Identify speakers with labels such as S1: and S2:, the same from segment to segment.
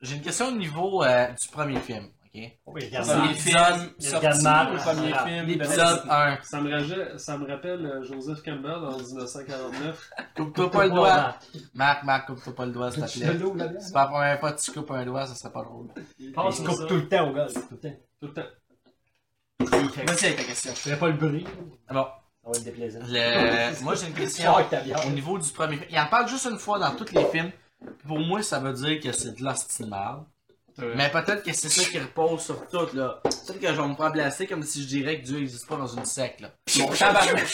S1: J'ai une question au niveau euh, du premier film. ok?
S2: Oui,
S1: Le
S2: regarde ça.
S1: premier
S3: Gamma.
S1: film,
S2: Il y a
S1: sorti,
S2: Gamma.
S1: le
S2: Ah, ah,
S1: premier film,
S3: l'épisode
S1: l'épisode 1.
S4: Ça me, raje- ça me rappelle euh, Joseph Campbell en 1949.
S1: Coupe-toi pas le doigt. Marc, Marc, coupe-toi pas le doigt, s'il te
S3: Je
S1: plaît.
S3: l'ouvre la bière.
S1: C'est pas la première fois que tu coupes un doigt, ça serait pas drôle.
S4: Il-
S3: On se
S4: il-
S3: coupe
S4: ça,
S3: tout le temps au gars, tout le temps.
S4: tout le temps.
S1: Vas-y avec ta question.
S3: Je ferais pas le bruit,
S1: Alors,
S3: ça va être déplaisant.
S1: le... Euh, moi j'ai une
S3: Tu
S1: question
S3: pars avec ta bière.
S1: au niveau du premier film. Il en parle juste une fois dans tous les films. Pour moi, ça veut dire que c'est de l'hostie de merde.
S4: Euh,
S1: Mais peut-être que c'est ça qui repose sur tout, là. Peut-être que je vais me faire blesser comme si je dirais que Dieu n'existe pas dans une secte, là. Mon tabarnak.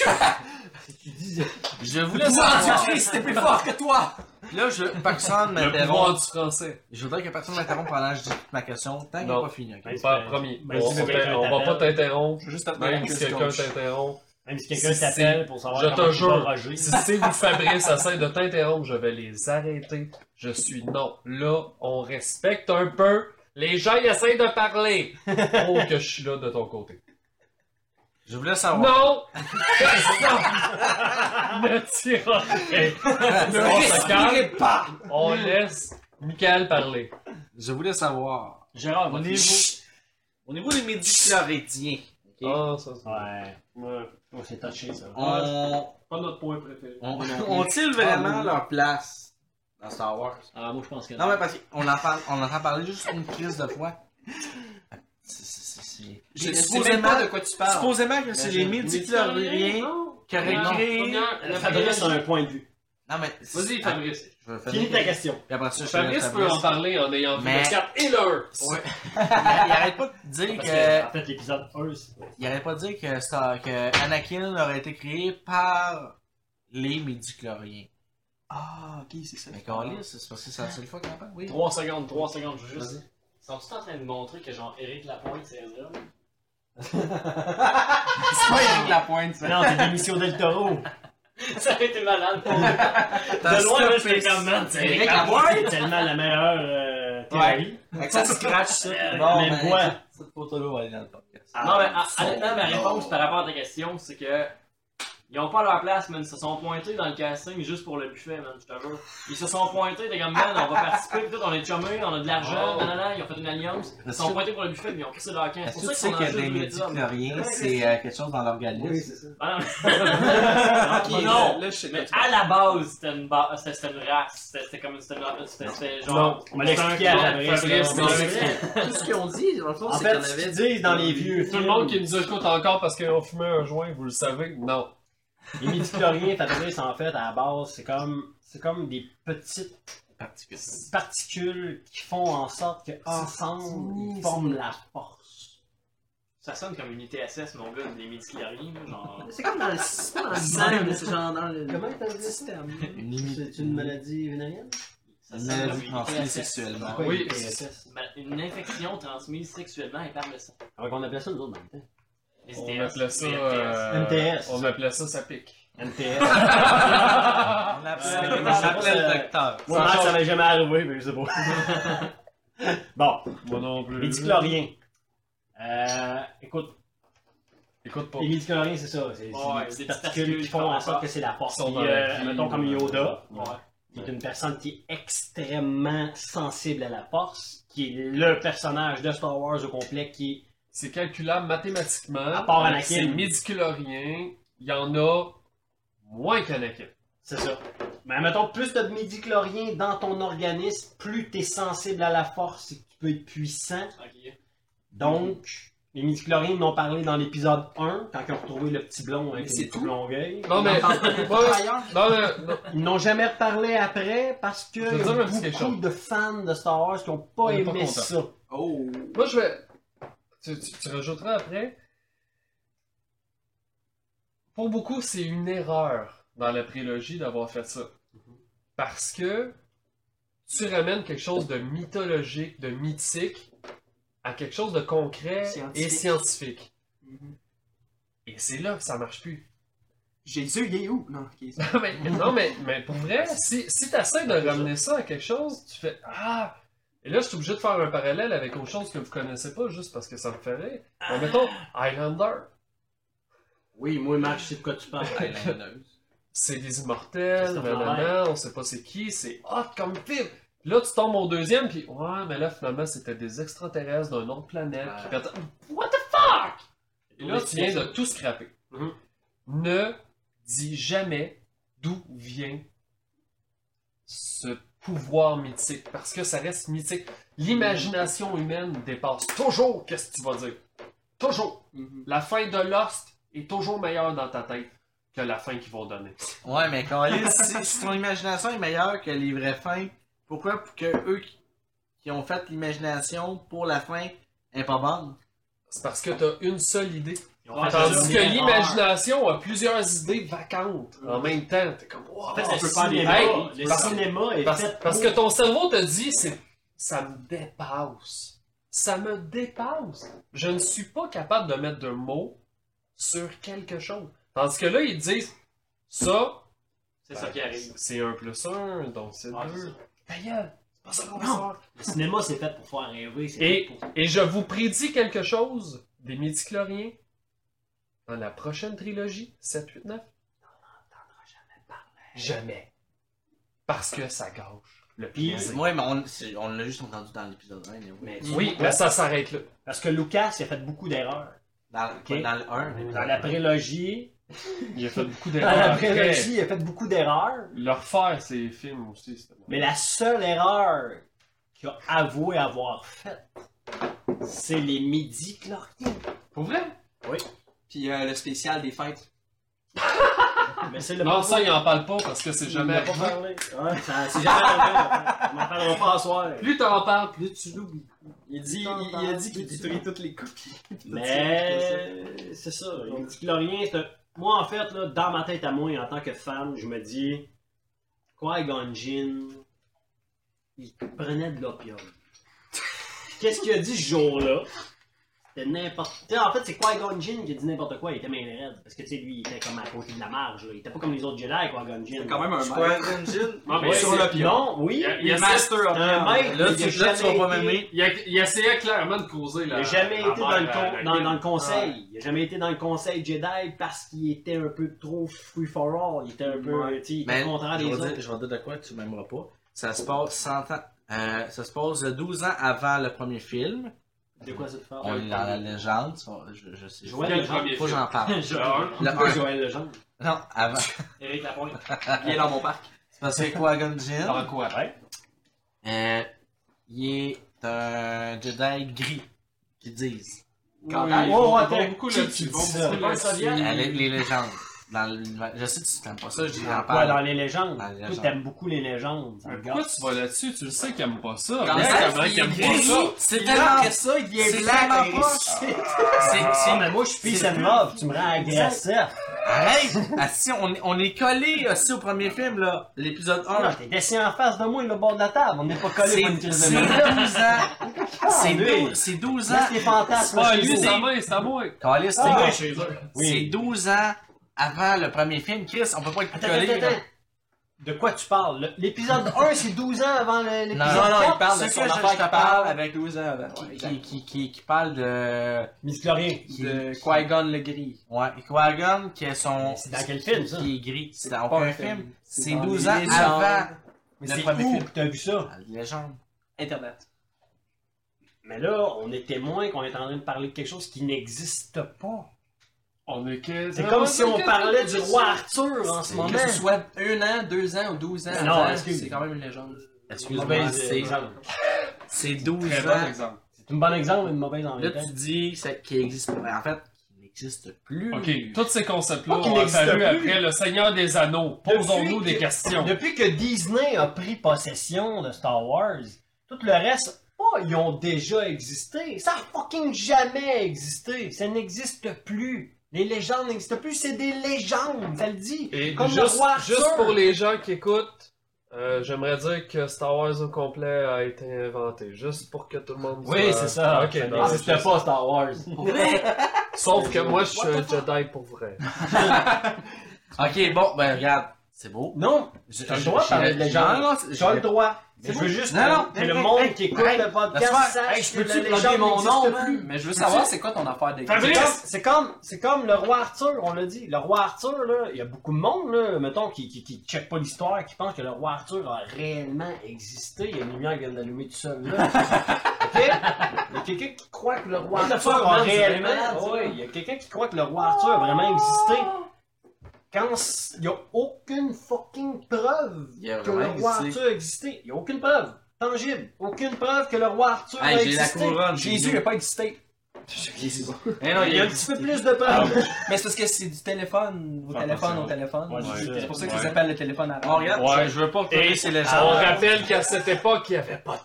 S3: Tu disais.
S1: Je
S3: Le
S1: voulais
S3: pouvoir
S1: savoir...
S3: du Christ est plus fort que toi!
S1: Là, je... personne
S4: le pouvoir
S1: m'interrompt.
S4: du français.
S1: Je voudrais que personne m'interrompe pendant que je dis toute ma question, tant qu'elle n'est
S5: Non.
S1: pas finie, ok?
S5: On faire premier.
S3: Même
S5: on,
S3: si quelqu'un
S5: on va pas
S3: t'appelle.
S5: t'interrompre.
S2: Je veux juste
S1: Ben,
S2: appeler
S5: Même
S2: quelqu'un
S5: si
S2: qui se
S5: quelqu'un
S2: coach.
S5: t'interrompt.
S3: Même si quelqu'un
S5: Si
S3: t'appelle pour savoir
S5: je
S3: comment
S5: te
S3: tu vas
S5: jure.
S3: rager.
S5: Si Steve ou Fabrice essaient de t'interrompre, je vais les arrêter. Je suis non. Là, on respecte un peu. Les gens, ils essayent de parler. Oh, que je suis là de ton côté.
S1: Je voulais savoir...
S5: Non! Personne ne tira rien. On se calme. On laisse Michael parler.
S1: Je voulais savoir...
S3: Gérard,
S1: Au
S3: votre
S1: niveau, au niveau des midi-chloridiens,
S5: Ah, ça, ça.
S3: Ouais.
S4: Ouais.
S3: Oh, c'est touché, ça.
S1: on,
S4: Pas notre point préféré.
S1: on, Ah. ont-ils vraiment leur place dans Star Wars?
S3: Ah, moi, je pense que
S1: Non, mais parce qu'on en, parle- on entend parler juste une crise de fois. C'est- c'est- c'est-
S2: Je
S1: c'est-
S2: ne sais même pas de
S1: Supposément,
S2: quoi tu parles.
S1: supposément que c'est les midi-chloridiens qui auraient créé...
S3: Fabrice a un point de vue.
S1: Non, mais... Ah,
S5: Vas-y, Fabrice.
S1: Je vais
S3: Finis ta
S1: finir.
S3: question.
S1: Puis après ça, je te
S5: Fabrice
S1: laisse
S5: peut en parler en ayant vu
S1: Mais-
S5: le cap et l'heure.
S1: Ouais. Il arrête pas de dire
S3: Parce
S1: que...
S3: que, en fait, l'épisode 1, c'est.
S1: Il n'aurait pas dit que, ça, que Anakin aurait été créé par les midi-chloriens.
S2: Ah, ok, c'est ça.
S1: Mais Carlis, c'est parce que c'est la seule fois qu'on en parle, oui.
S3: 3 secondes, 3 secondes, je veux
S1: Vas-y.
S3: Sont-tu en train de montrer que genre Eric Lapointe, c'est Ezra?
S1: C'est pas Eric Lapointe, ça.
S3: Non, c'est Benicio Del Toro.
S6: Ça aurait été malade.
S1: T'as
S3: De loin, là,
S1: stoppé.
S3: j'étais comme, hein. man, c'est
S1: Eric
S3: Eric Lapointe. C'est tellement la meilleure euh, théorie.
S1: Fait que ça scratch, ça.
S3: même
S1: mais
S3: voix.
S1: Cette photo-là va aller dans le podcast.
S6: non, mais en- honnêtement, ma réponse par rapport à ta question, c'est que. Ils ont pas leur place, man. Ils se sont pointés dans le casting juste pour le buffet, man. Je te jure. Ils se sont pointés, t'es comme, man, on va participer, pis tout, on est chummés, on a de l'argent,
S5: Oh.
S6: nanana, ils ont fait une alliance. Ils se sont pointés pour le buffet, mais ils ont crissé leur camp. C'est
S1: Est-ce
S6: pour
S1: que
S6: ça
S1: tu sais
S6: qu'ils sont dans le
S1: que
S6: jeu
S1: les
S6: de l'homme.
S1: midi-chloriens, c'est euh, quelque chose dans l'organisme?
S2: Oui, c'est ça.
S6: Ah, non,
S2: Ok,
S6: non.
S2: Là, je sais
S6: mais
S2: pas.
S6: à la base, c'était une, ba- c'était- c'était une race. C'était- C'était comme, c'était une- c'était- c'était genre.
S5: Non.
S3: On va l'expliquer
S5: Non,
S3: à Fabrice.
S5: Fabrice,
S3: là,
S5: non.
S3: on va-
S2: Tout ce qu'ils ont dit, dans le fond,
S3: En
S2: c'est qu'on
S3: fait, ce
S2: avait
S3: qu'ils disent dans les vieux
S5: Tout le monde qui nous écoute encore parce qu'ils ont fumé un joint, vous le savez? Non.
S3: Les midi-chloriens, Fabrice, en fait, à la base, c'est comme, c'est comme des petites
S1: Particules.
S3: particules qui font en sorte qu'ensemble, ils forment la force.
S6: Ça sonne comme une ITSS, mon gars, les midi-chloriens, là, genre.
S2: C'est comme dans le système, dans le sang, mais c'est genre dans le.
S3: Comment t'as dit ça?
S1: Une limite.
S3: C'est une maladie vénérienne?
S6: Ça
S1: Une
S6: sonne comme
S1: maladie
S6: une
S1: transmise
S6: ITSS.
S1: sexuellement.
S3: Pourquoi
S5: Oui.
S3: il y a des SS?
S6: Ben, Une infection transmise sexuellement et par le sang.
S3: Alors Ah, qu'on appelait ça nous autres, maintenant.
S6: Les
S5: On
S6: ITS,
S5: appelait ça...
S6: les ITS.
S5: euh,
S3: MTS.
S5: On appelait ça ça pique.
S3: MTS.
S1: On appelle on
S3: Euh, moi, je sais
S1: appelle
S3: pas,
S1: le
S3: euh,
S1: docteur.
S3: Moi, Max, ça m'est jamais arrivé, mais je sais pas. bon,
S5: Moi non plus.
S3: les midi-chloriens. Euh, écoute,
S5: Écoute pas.
S3: les midi-chloriens, c'est ça. C'est c'est
S6: Ouais,
S3: des
S6: des
S3: petites
S6: petites
S3: particules qui font en sorte que c'est la force.
S5: Ils sont
S3: Puis,
S5: dans la
S3: euh,
S5: vie,
S3: mettons comme
S5: euh,
S3: Yoda,
S6: Ouais.
S3: qui est une personne qui est extrêmement sensible à la force, qui est le personnage de Star Wars au complet, qui
S5: C'est calculable mathématiquement.
S3: À part Anakin.
S5: C'est midi-chlorien. Il y en a moins qu'Anakin.
S3: C'est ça. Mais mettons, plus t'as de midi-chloriens dans ton organisme, plus t'es sensible à la force et que tu peux être puissant.
S6: Ok.
S3: Donc, les midi-chloriens nous ont parlé dans l'épisode 1, quand ils ont retrouvé le petit blond avec
S2: Mais
S3: les
S2: c'est
S3: petits
S2: tout.
S3: longueuils.
S5: Non, mais. Ouais,
S2: Ailleurs,
S5: non, mais- non.
S3: Ils n'ont jamais reparlé après parce que
S5: Je veux dire un petit quelque
S3: beaucoup
S5: chose.
S3: de fans de Star Wars qui n'ont
S5: On
S3: pas
S5: est
S3: aimé
S5: pas content.
S3: ça.
S2: Oh.
S5: Moi, je vais. Tu, tu, tu rajouteras après. Pour beaucoup, c'est une erreur dans la prélogie d'avoir fait ça. Parce que tu ramènes quelque chose de mythologique, de mythique, à quelque chose de concret et
S2: Scientifique.
S5: scientifique.
S3: Mm-hmm.
S5: Et c'est là que ça marche plus.
S2: Jésus, il est où? Non, ok. c'est-
S5: Non, mais, non, mais, mais pour vrai, si, si tu de ramener ça à quelque chose, tu fais Ah! Et là, je suis obligé de faire un parallèle avec autre chose que vous connaissez pas juste parce que ça me fait rire. Mais mettons, Highlander,
S3: Oui, moi, Marc, je sais de quoi tu parles.
S5: c'est des immortels,
S3: Christopher
S5: nanana, on sait pas c'est qui, c'est hot comme film. Puis là, tu tombes au deuxième, puis ouais, mais là, finalement, c'était des extraterrestres d'une autre planète. qui perta- What the fuck? Et là, tu viens de tout scraper.
S3: Mhm.
S5: Ne dis jamais d'où vient ce pouvoir mythique, parce que ça reste mythique. L'imagination humaine dépasse toujours qu'est-ce que tu vas dire. Toujours. La fin de Lost est toujours meilleure dans ta tête que la fin qu'ils vont donner.
S1: Ouais, mais quand si, si ton imagination est meilleure que les vraies fins, pourquoi que eux qui, qui ont fait l'imagination pour la fin est pas bonne?
S5: C'est parce que t'as une seule idée.
S6: Ils ont fait Ah, ça.
S5: Tandis que
S6: Une erreur.
S5: l'imagination a plusieurs idées vacantes en même temps. T'es comme, wow.
S3: En fait, le
S5: c'est
S3: cinéma,
S5: hey,
S3: le
S5: parce-
S3: cinéma est
S5: parce,
S3: fait
S5: parce
S3: pour-
S5: que ton cerveau te dit, c'est, ça me dépasse. Ça me dépasse. Je ne suis pas capable de mettre de mots sur quelque chose. Tandis que là, ils disent, ça,
S6: C'est ça qui arrive.
S5: c'est 1 plus 1, donc c'est
S6: Ah, c'est
S5: 2.
S6: ça.
S5: c'est pas ça qu'on veut
S3: Non.
S5: savoir.
S3: Le cinéma, c'est fait pour faire rêver. c'est
S5: Et-
S3: fait pour-
S5: Et je vous prédis quelque chose des midi-chloriens dans la prochaine trilogie 7, 8, 9. Jamais. Parce que ça gâche le
S3: Puis-
S5: plaisir.
S1: Ouais, mais on, c'est- on l'a juste entendu dans l'épisode 1. anyway.
S3: Mais-
S5: Oui, mais ça s'arrête là.
S3: Parce que Lucas, il a fait beaucoup d'erreurs.
S1: Dans,
S3: Ok.
S1: dans le 1.
S3: Dans la prélogie,
S5: Il a fait beaucoup
S3: dans la
S5: d'erreurs après.
S3: prélogie, il a fait beaucoup d'erreurs.
S5: Le refaire, ces films aussi. c'était bon.
S3: Mais la seule erreur qu'il a avoué avoir faite, c'est les midi chloriens.
S5: Pour vrai?
S2: Puis euh, le spécial des fêtes.
S3: Mais c'est le
S5: Non, ça, il en parle pas parce que c'est jamais
S3: On va
S5: arrivé.
S3: pas parler. Ouais, ça- c'est jamais arrivé. On n'en parlera pas en soir.
S5: Plus t'en parles, plus tu l'oublies.
S2: Il, dit,
S6: Putain,
S2: il, il a dit qu'il détruit toutes les copies.
S3: Mais c'est ça, les midichloriens, c'est un- Moi, en fait, là, dans ma tête à moi, en tant que fan, je me dis... Qui-Gon Jinn, il prenait de l'opium. Qu'est-ce qu'il a dit ce jour-là? C'était n'importe... tu sais, En fait, c'est Qui-Gon Jinn qui a dit n'importe quoi, il était même raide. Parce que, tu sais, lui, il était comme à côté de la marge, là. Il était pas comme les autres Jedi, Qui-Gon Jinn.
S2: C'est quand même un
S1: Je
S2: mal.
S1: crois que Engine.
S6: Non, mais
S3: Ouais,
S6: c'est-
S2: sur l'opium.
S3: Non, oui,
S6: Il y a- il
S3: il
S6: y a
S3: existe
S2: Master
S3: un
S2: of None.
S1: Là,
S3: mec, mais il a
S1: tu, là, tu vas
S3: jamais
S1: pas
S3: été-
S1: m'aimer.
S5: Il, a- il essayait clairement de causer
S3: Il
S5: la.
S3: n'a jamais
S5: la
S3: été dans
S5: mère
S3: le,
S5: à
S3: con-
S5: la
S3: dans,
S5: guilde.
S3: dans le conseil. Il n'a jamais été dans le conseil Jedi parce qu'il était un peu trop free for all. Il était un peu. tu sais, Il était
S1: Mais
S3: contraire
S1: je
S3: des
S1: vais,
S3: autres.
S1: dire, je vais dire de quoi tu m'aimeras pas. Ça se passe 100 ans. euh, ça se passe 12 ans avant le premier film.
S3: De quoi ça te fait
S1: On est dans la légende. ça, Je, je sais.
S3: Joël
S6: Quel
S3: Legendre.
S6: premier
S1: Faut que
S6: film?
S1: j'en parle.
S6: Genre,
S1: Le
S3: Pourquoi
S1: un.
S3: Joël Legendre
S1: Non, avant.
S6: Éric Lapointe.
S2: Il est dans mon parc.
S1: C'est parce que Qui-Gon Jinn,
S5: Dans quoi?
S1: euh, il est un Jedi gris, qu'ils disent.
S2: Quand
S4: Oui,
S2: même.
S4: ils
S3: Oh,
S4: vont- ils
S3: attends,
S4: vont beaucoup
S3: qui
S4: là-dessus,
S3: qui
S4: ils vont
S3: dit
S4: beaucoup
S3: ça?
S4: là-dessus.
S6: Pas un soviet?
S1: Euh, les, les légendes. Dans l'univers- je sais que tu t'aimes pas ça, je dis j'en
S3: Ouais,
S1: parle.
S3: dans les légendes.
S1: Dans les
S3: Toi,
S1: légendes.
S3: t'aimes beaucoup les légendes.
S6: Ah,
S5: Mais Pourquoi tu vas là-dessus? Tu le sais qu'il aime pas ça.
S2: Quand
S5: Regarde
S2: ça,
S5: comment il aime
S1: il
S5: pas
S1: est
S5: ça.
S1: C'est
S2: Il
S1: tellement.
S2: après ça, il
S1: C'est
S2: est
S1: tellement
S2: blanc.
S1: pas. C'est.
S3: Ah,
S1: c'est-
S3: mais moi, je suis peace
S1: c'est-
S3: and love. Tu me rends agressif.
S1: Arrête! Ah, si, on, est- on est collé aussi au premier film, là. L'épisode
S3: Non,
S1: 1.
S3: Ah, t'es assis en face de moi, le bord de la table. On n'est pas collés
S1: C'est
S3: pour une
S1: c'est
S3: crise
S1: 12
S3: de merde.
S1: ans. C'est
S3: lui.
S1: 12, c'est 12 ans.
S3: Laisse les fantasmes.
S5: C'est pas à
S3: chez
S5: lui,
S3: vous.
S5: c'est à moi, c'est à moi.
S1: Caliste, c'est
S3: Ah.
S1: quoi?
S6: chez eux.
S1: C'est 12 ans avant le premier film. Chris, on peut pas être
S3: Attends,
S1: collé.
S3: attends,
S1: là.
S3: attends. De quoi tu parles? là? L'épisode 1, c'est 12 ans avant le- l'épisode
S1: Non,
S2: Non, non,
S3: 4.
S2: il parle de
S1: Ce
S2: son
S1: que je-
S2: affaire
S1: je
S2: qui
S1: parle
S2: parle avec 12 ans avant. Ouais,
S1: Qui,
S2: exact.
S1: qui, qui, qui parle de.
S3: Miss Florian.
S2: De Qui-Gon le gris.
S1: Ouais, Qui-Gon, qui est son.
S3: C'est dans quel film, ça?
S1: Qui est gris. C'est dans
S2: pas
S1: aucun
S2: un
S1: film.
S2: film. C'est
S1: C'est
S2: dans
S1: 12
S2: les
S1: ans
S2: légendes.
S1: avant
S3: Mais
S1: le
S3: c'est
S1: premier
S3: où
S1: film.
S3: que t'as vu ça?
S1: La légende.
S2: Internet.
S3: Mais là, on est témoin qu'on est en train de parler de quelque chose qui n'existe pas.
S5: On est que-
S3: C'est comme si on parlait du roi Arthur en ce moment.
S2: Que ce soit un an, deux ans ou 12 ans
S3: Non,
S2: avant,
S3: excuse.
S2: c'est quand même une légende.
S1: Excuse-moi, ben, c'est- c'est 12
S5: Très bon
S1: ans.
S5: exemple.
S3: C'est une bonne exemple, une mauvaise en
S1: Là,
S3: même temps.
S1: tu dis que ça- qu'il existe pas. Mais En fait, qu'il n'existe plus.
S5: Ok, tous ces concepts-là
S3: Pas qu'il
S5: ont
S3: n'existe
S5: apparu
S3: plus.
S5: après Le Seigneur des Anneaux. Posons-nous
S3: Depuis
S5: des
S3: que-
S5: questions.
S3: Depuis que Disney a pris possession de Star Wars, tout le reste, oh, ils ont déjà existé. Ça a fucking jamais existé. Ça n'existe plus. Les légendes n'existent plus. C'est des légendes, ça le dit.
S5: Et
S3: Comme le
S5: juste,
S3: roi Arthur.
S5: juste pour les gens qui écoutent, euh, j'aimerais dire que Star Wars au complet a été inventé. Juste pour que tout le monde
S3: Oui,
S5: soit-
S3: Euh,
S5: Ah,
S3: c'est ça. Ah,
S5: Ok,
S3: ça
S5: non,
S3: n'existait
S5: je-
S3: pas Star Wars.
S5: Ah. Sauf que moi, je suis un Jedi pour vrai.
S1: Ok, bon, ben regarde. C'est beau.
S2: Non,
S1: J'ai
S2: t'as le droit de parler de
S1: Non,
S2: légende.
S1: non, c'est-
S2: j'ai le droit.
S3: Mais je veux juste
S1: Non, non,
S3: que le
S1: hey,
S3: monde
S1: hey,
S3: qui écoute
S1: hey,
S3: le podcast
S1: laisse
S3: sache
S2: Hey, je
S3: que
S2: peux-tu
S3: la
S2: plugger
S3: légende
S2: mon nom
S3: n'existe
S2: plus?
S3: plus.
S2: Mais je veux savoir c'est quoi ton affaire de
S3: C'est comme- C'est comme, c'est comme le roi Arthur, on l'a dit. Le roi Arthur, là, il y a beaucoup de monde, là, mettons, qui, qui, qui check pas l'histoire, qui pense que le roi Arthur a réellement existé. Il y a une lumière qui vient d'allumer tout seul, là. OK? Il y a quelqu'un qui croit que le roi
S6: What the
S3: Arthur
S6: fuck,
S3: a
S6: man, c'est
S3: réellement...
S6: malade, ça.
S3: Ouais, il y a quelqu'un qui croit que le roi Arthur a vraiment existé. Quand c- il y a aucune fucking preuve
S1: Il y a
S3: que le
S1: vraiment
S3: roi
S1: existé.
S3: Arthur a existé. Il n'y a aucune preuve tangible. Aucune preuve que le roi Arthur
S1: Hey,
S3: a
S1: j'ai la
S3: existé.
S1: couronne,
S3: Jésus
S1: Jésus.
S3: n'a pas existé.
S1: Eh
S6: Mais non,
S3: Il y a un petit peu plus de preuves.
S2: Mais c'est parce que c'est du téléphone, au
S4: Faire
S2: téléphone,
S4: attention.
S2: au téléphone.
S3: Ouais, c'est ça.
S2: C'est pour ça que
S4: Ouais.
S2: ça s'appelle le téléphone arabe.
S1: Bon, regarde,
S4: Ouais.
S1: je veux pas
S4: Et-
S1: que c'est les
S4: On
S1: gens.
S4: rappelle qu'à cette époque, il y avait pas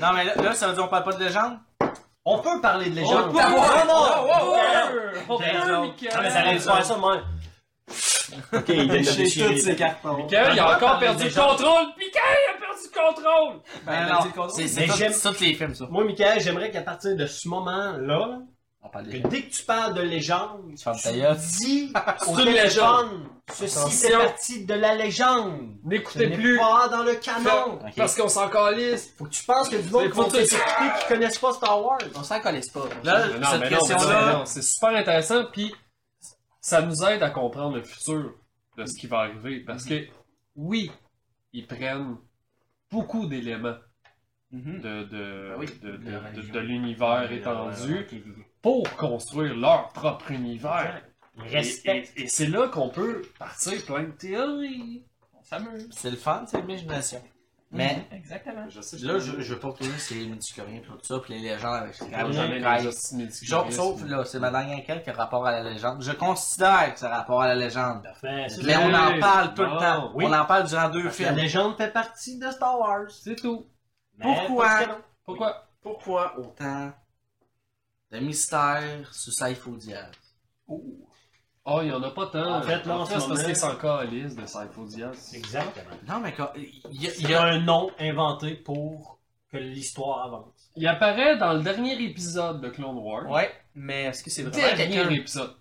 S1: Non, mais là, là, ça veut dire qu'on parle pas de légende?
S3: On peut parler de légende.
S4: peut,
S3: Ah, non,
S4: Oh, oh, oh, oh,
S1: Ben,
S4: oh,
S1: non.
S4: Michael.
S3: Ah, mais ça allait faire ça, moi. Ok, il vient de
S1: toutes ces
S3: déchirer.
S1: cartons.
S5: Michael, il a encore
S6: parler
S5: perdu
S6: des
S5: le
S6: gens.
S5: contrôle! Michael, il a perdu le contrôle!
S1: Ben
S2: Ben,
S1: non,
S2: dit le contrôle.
S1: c'est
S3: Mais
S1: c'est
S3: j'aime-
S1: tout- tous les films, ça.
S3: Moi, Michael, j'aimerais qu'à partir de ce moment-là,
S1: On parle
S3: que dès que tu parles de légende,
S1: Tu fermes ta gueule.
S3: dis au
S4: C'est une
S3: téléphone, ceci fait
S4: Attention.
S3: partie de la légende. Ce
S5: N'écoutez
S3: n'est
S5: plus!
S3: pas dans le canon.
S1: Ok.
S5: Parce qu'on s'en calisse!
S3: Faut que tu penses que du monde
S5: C'est pour
S3: qui
S5: tout-
S3: t'écouter qui connaissent pas Star Wars.
S2: On s'en connaisse pas.
S1: Là,
S4: Mais non,
S1: cette
S4: mais non, mais
S1: question-là,
S4: non,
S5: c'est super intéressant, puis ça nous aide à comprendre le futur de ce qui va arriver. Parce que, oui, ils prennent beaucoup d'éléments
S2: Mhm.
S5: de, de,
S1: Ben oui,
S5: de, de-
S1: de la
S5: de-
S1: religion.
S5: de l'univers étendu pour construire leur propre univers. Et,
S3: Respect.
S5: et- et c'est là qu'on peut partir plein de théories.
S2: On s'amuse.
S1: c'est le fun, c'est l'imagination. Mais
S2: Exactement.
S4: Je sais,
S1: là, je, je veux pas retourner sur les midi-coréens pis tout ça, pis les légendes avec ce
S2: Ah,
S5: Moi, j'en ai des hosties de
S1: Sauf, sauf, là, c'est ma dernière quête qui a rapport à la légende. Je considère que c'est rapport à la légende.
S6: Ben,
S3: Parfait. Ça,
S1: Mais on en parle tout le
S5: Bon,
S1: temps.
S3: oui.
S1: On en parle durant deux
S3: Parce que La
S1: films.
S3: légende fait partie de Star Wars.
S5: C'est tout.
S1: Pourquoi?
S3: Mais pas de canon.
S5: Pourquoi?
S1: Pourquoi autant de mystères sur Saifo Diaz?
S5: Oh, il y en a pas tant.
S3: En fait, là, en ce
S5: c'est parce
S3: moment-
S5: qu'ils sont encore à liste de Saifo Diaz.
S3: Exactement.
S1: Non, mais quand- il y a- il
S3: Il
S1: y
S3: y a
S1: a...
S3: un nom inventé pour que l'histoire avance.
S5: Il apparaît dans le dernier épisode de Clone Wars.
S2: Ouais, mais est-ce que c'est
S5: Le
S2: vraiment quelqu'un?
S5: dernier épisode.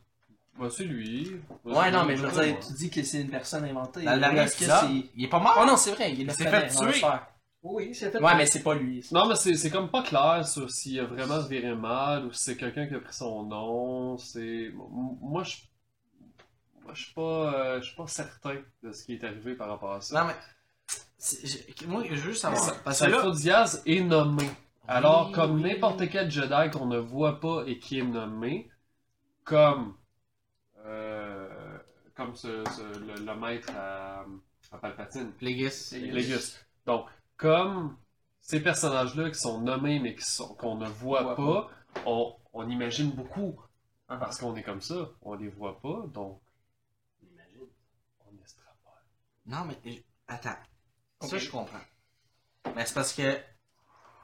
S5: Bah, c'est lui. Bah,
S2: Ouais,
S5: c'est
S2: non,
S5: lui,
S2: mais je
S5: ouais,
S2: veux dire,
S5: ouais.
S2: tu dis que c'est une personne inventée.
S1: Dans le dernier
S2: Est-ce que
S1: épisode,
S2: c'est-
S1: il est pas mort.
S2: Oh non, c'est vrai, il est
S1: s'est fait
S2: orphelin, on va
S1: tuer.
S2: le faire.
S3: Oui, c'est fait.
S2: Ouais, mais c'est pas lui.
S5: Non, mais c'est c'est comme pas clair sur s'il a vraiment viré mal ou si c'est quelqu'un qui a pris son nom. C'est. m- Moi, je. Moi, je suis pas, euh, je suis pas certain de ce qui est arrivé par rapport à ça.
S1: Non, mais... c'est- je- Moi, je veux juste savoir. parce que là,
S5: Saifo Diaz est nommé. Alors, comme n'importe quel Jedi qu'on ne voit pas et qui est nommé, comme, euh, comme ce- ce- le, le maître à, à Palpatine,
S1: Légus.
S5: Legus. Donc, comme ces personnages-là qui sont nommés mais qui sont- qu'on ne voit
S2: Voit
S5: pas, on, on imagine beaucoup
S2: Ah.
S5: parce qu'on est comme ça, on les voit pas, donc on extrapole.
S1: Non, mais je- attends. Ça,
S2: Ok.
S1: je comprends. Mais c'est parce que.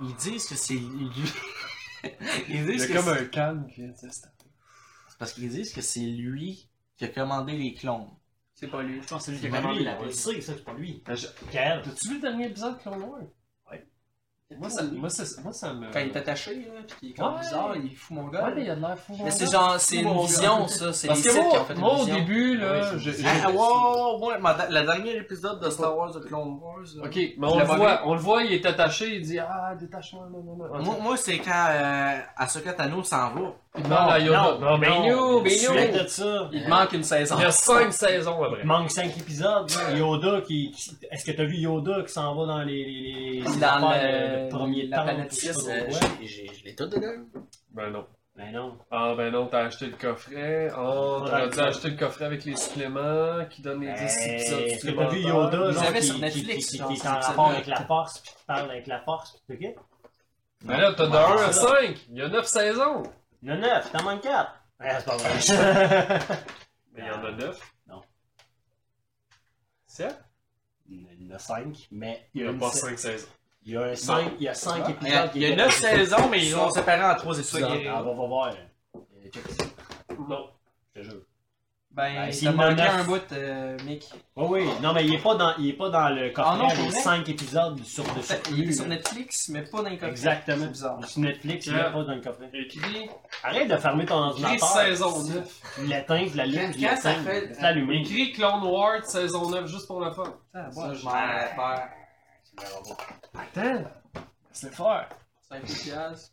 S1: Ils disent que c'est lui. ils
S5: Il y
S1: disent que
S5: a comme
S1: c'est...
S5: un calme qui vient de s'installer.
S1: c'est parce qu'ils disent que c'est lui qui a commandé les clones.
S2: C'est pas lui.
S6: Je pense que c'est lui qui
S1: C'est
S6: a
S1: pas
S6: commandé
S1: lui,
S6: la
S3: on le
S6: police.
S3: sait, ça, c'est pas lui.
S5: Ben, je-
S3: Quel?
S5: T'as-tu vu le dernier épisode de Clone Wars? hein.
S3: Ouais.
S5: Moi ça, moi, ça, moi, ça me...
S2: Quand il est attaché, là, pis qu'il est comme
S5: Ouais.
S2: bizarre, il fout mon gars.
S5: Ouais, mais il a de l'air fou. mon
S2: Mais c'est
S5: gars.
S2: genre, c'est
S5: Mon
S2: une
S5: gars.
S2: vision, ça. C'est les
S5: Parce
S2: sites
S5: que
S2: qui ont
S5: moi,
S2: fait
S5: moi,
S2: une
S5: au
S2: vision.
S5: début,
S4: Ouais,
S5: là,
S4: je-
S5: j'ai- j'ai-
S1: Ah, wow, wow, wow, ma da- le dernier épisode de Star Wars de Clone Wars. là.
S5: Ok, mais on
S2: Tu
S5: le,
S2: l'as pas
S5: voit, on le voit, il est attaché, il dit Ah, détache-moi, non, non, non.
S1: Moi, moi, c'est quand euh, Ahsoka Tano s'en va.
S5: Il demande à Yoda. Beignou, Beignou.
S3: Suite de ça.
S2: Il te manque une saison.
S5: Il y a 5 saisons après.
S3: Il manque 5 épisodes. là. Yoda qui. qui- Est-ce que t'as vu Yoda qui s'en va dans les. les, les-
S2: Dans
S3: les affaires
S2: le-
S3: de- de premier
S2: euh, la
S3: temps,
S2: planète
S3: je sais pas
S2: six,
S3: trop
S2: euh,
S3: quoi.
S1: Je l'ai tout dedans.
S5: Ben non.
S3: Ben non.
S5: Ah, ben non, t'as acheté le coffret. Oh, t'aurais dû
S3: Ouais.
S5: acheter le coffret avec les suppléments qui donnent les 10 épisodes.
S3: Ben, Est-ce que t'as
S5: supplémentaires.
S3: vu Yoda
S2: Ils
S3: genre,
S2: avaient
S3: qui,
S2: sur
S3: qui-
S2: Netflix,
S3: qui- qui-
S2: genre,
S3: qui est en
S2: cette
S3: rapport
S2: semaine.
S3: avec la force, puis qui parle avec la force, puis tout ça?
S5: Mais Ben là, t'as de 1 à 5. Il y a 9 saisons.
S3: Il y en a 9, il t'en manque 4. Ouais, c'est pas vrai.
S5: Mais il y en a 9.
S3: Non.
S5: 7
S3: il y en a 5, mais
S5: Il y a
S3: une
S5: pas
S3: sept-
S5: 5 saisons.
S3: Il y a 5, il y a 5 épisodes.
S1: Il y a 9 saisons, mais ils l'ont séparé en 3
S2: Ah
S3: épisodes.
S1: épisodes.
S3: Ah, on va voir. Euh,
S5: Non.
S3: Je te jure.
S2: Ben,
S3: Ben,
S2: il
S3: s'il
S2: t'a
S3: en
S2: manqué
S3: a-
S2: un bout, euh, Mick.
S3: Oui, Ah oui. Non, mais il est pas dans, il est pas dans le
S2: Ah non,
S3: coffret
S2: pour
S3: des
S2: vrai?
S3: 5 épisodes sur de
S2: Fait, Il est sur Netflix, mais pas dans les cocktails.
S3: Exactement.
S2: C'est bizarre.
S3: Sur Netflix, il est
S5: Yeah.
S3: pas dans le coffret.
S5: Écrit,
S3: Arrête de fermer ton
S5: écrit
S3: ordinateur.
S5: saison 9.
S3: Tu l'éteins, tu l'allumes, tu
S1: Quand ça
S3: l'éteins,
S1: fait-
S3: tu l'allumes.
S5: Écrit Clone Wars saison 9 juste pour la fun.
S2: Ça, je m'en vais faire.
S7: Attends!
S3: C'est fort.
S2: 5 piastres.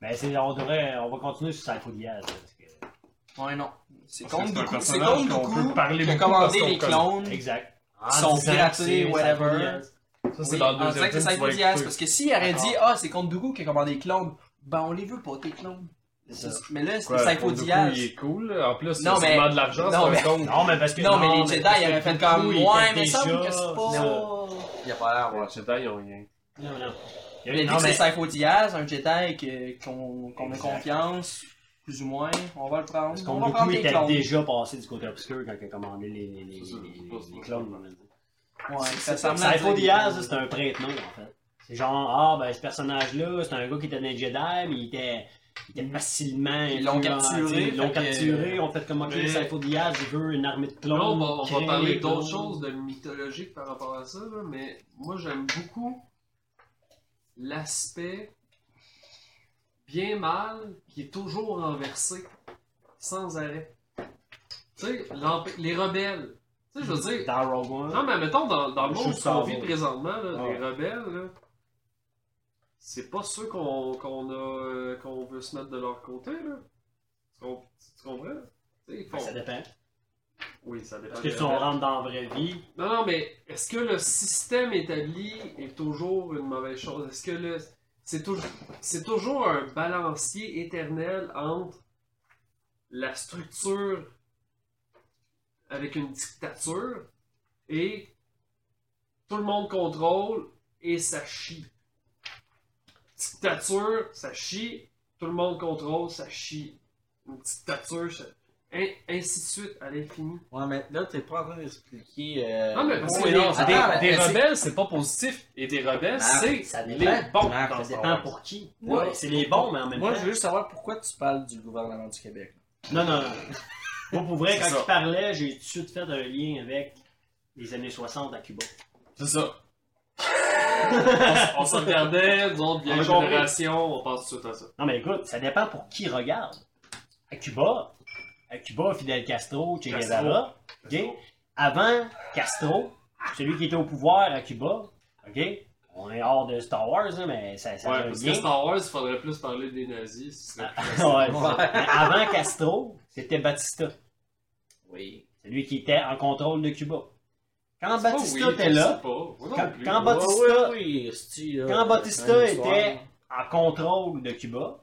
S3: Mais c'est, on devrait, on va continuer sur Psycho Diaz. parce que-
S2: Ouais, non. C'est
S7: Parce que
S2: contre
S7: c'est un
S2: Goku. C'est
S7: personnage
S2: contre
S7: qu'on
S2: Goku
S7: peut parler
S2: qui a
S7: beaucoup parce
S2: commandé
S7: qu'on
S2: les
S7: connaît.
S2: clones.
S3: Exact.
S2: Ils sont
S3: En disant
S2: piratés,
S3: que c'est
S2: whatever.
S3: Psycho Diaz.
S7: Ça, c'est
S2: Oui,
S7: dans le
S2: en
S7: deuxième
S2: direct de
S7: film, tu vas
S2: Psycho Diaz,
S7: écouter.
S2: parce que s'il aurait dit Ah, c'est contre Goku qui a commandé les clones, ben on les veut pas, tes clones.
S3: C'est ça.
S2: Mais là,
S7: Quoi,
S2: c'était Psycho
S7: pour le coup,
S2: Diaz.
S7: Il est cool. là. En plus, il
S2: Non,
S7: a
S2: mais-
S7: sûrement de l'argent,
S2: non,
S7: c'est
S2: mais-
S7: un compte.
S3: Non, mais parce que.
S2: Non, mais les
S3: mais
S2: Jedi,
S3: parce
S2: ils
S3: que
S2: auraient fait
S3: Goku,
S2: comme
S3: il
S2: Ouais,
S3: était
S2: mais ça,
S3: déjà-
S2: que c'est pas.
S1: Il a pas l'air
S7: Les
S1: d'avoir ça.
S7: Jedi, ils ont rien.
S3: Non, non.
S2: Il a dit
S3: Non,
S2: que
S3: mais-
S2: c'est Saifo Diaz, un Jedi que- qu'on qu'on a
S3: Exact.
S2: confiance, plus ou moins. On va le prendre.
S3: Parce
S2: On
S3: qu'on
S2: va prendre
S3: Goku
S2: les
S3: était
S2: clones.
S3: déjà passé du côté obscur quand il a commandé les, les, les,
S5: C'est ça,
S3: les-
S5: c'est pas ça.
S3: les clones. on va dire.
S2: Ouais,
S3: Ça
S2: ça semble à
S3: Saifo
S2: dire-
S3: Diaz, c'est un prêtre nom, en fait. C'est genre, ah, ben, ce personnage-là, c'est un gars qui était dans les Jedi, mais il était, il était facilement.
S2: Ils l'ont
S3: influencé.
S2: capturé,
S3: Ils l'ont
S2: fait que-
S3: capturé, on fait comme, ok,
S5: Mais-
S3: Saifo Diaz, il veut une armée de clones.
S5: Là, on va, on va
S3: créer
S5: parler
S3: des
S5: d'autres
S3: clones.
S5: choses, de mythologique par rapport à ça, là, mais moi j'aime beaucoup l'aspect bien mal qui est toujours renversé, sans arrêt. Tu sais, l'emp- les rebelles. Tu sais, je veux dire,
S3: Dans Rogue One.
S5: non mais mettons dans, dans le
S3: Je
S5: monde
S3: sais
S5: qu'on
S3: pas.
S5: vit présentement, là,
S3: Ouais.
S5: les rebelles, là, c'est pas ceux qu'on qu'on a, euh, qu'on veut se mettre de leur côté. Là. Tu com- tu comprends? Tu sais, ils font-
S3: Ben, Ça dépend.
S5: Oui, ça dépend.
S3: Parce que
S5: des
S3: si on
S5: rebelles.
S3: rentre dans la vraie vie,
S5: Non, non, mais est-ce que le système établi est toujours une mauvaise chose? Est-ce que le. C'est toujours, c'est toujours un balancier éternel entre la structure avec une dictature et tout le monde contrôle et ça chie. Dictature, ça chie. Tout le monde contrôle, ça chie. Une dictature, ça... et ainsi de suite à l'infini.
S1: Ouais, mais là, t'es pas en train d'expliquer. euh,
S5: Non, mais parce que
S1: oui,
S5: les-
S1: non, ça
S5: des-
S1: dépend,
S5: des
S1: mais c'est-
S5: rebelles, c'est pas positif. Et des rebelles,
S1: Ah,
S5: c'est
S3: ça
S5: les
S3: dépend.
S5: bons.
S1: Ah,
S3: ça
S1: ça
S3: dépend
S1: dépend.
S3: pour qui.
S1: Ouais.
S3: Ouais, c'est les bons, mais en même
S1: Moi,
S3: temps.
S1: je veux juste savoir pourquoi tu parles du gouvernement du Québec.
S3: Non, non, non. Moi, pour vrai,
S7: C'est
S3: quand
S7: ça.
S3: il parlait, j'ai tout de suite fait un lien avec les années 60 à Cuba.
S7: C'est ça.
S5: On se regardait, disons, de
S3: On
S5: vieille
S3: a compris.
S5: génération, on pense tout de suite à ça.
S3: Non, mais écoute, ça dépend pour qui regarde. À Cuba, à Cuba, Fidel Castro, Che
S5: Castro.
S3: Guevara, OK? Avant Castro, celui qui était au pouvoir à Cuba, OK? On est hors de Star Wars, hein, mais ça, ça
S5: Ouais,
S3: fait
S5: parce
S3: bien. Ah,
S5: que Star Wars, il faudrait plus parler des nazis. ce serait plus facile.
S3: Ouais, c'est- mais avant Castro, c'était Batista,
S1: Oui.
S3: celui qui était en contrôle de Cuba. Quand
S5: C'est pas
S3: Batista
S5: oui,
S3: était
S5: je
S3: là,
S5: sais pas. Moi non
S3: quand-
S5: plus.
S3: quand
S1: Ouais,
S3: Batista-
S1: ouais, oui, c'est-tu, là,
S3: Quand Batista
S1: une histoire,
S3: était-
S1: là.
S3: en contrôle de Cuba.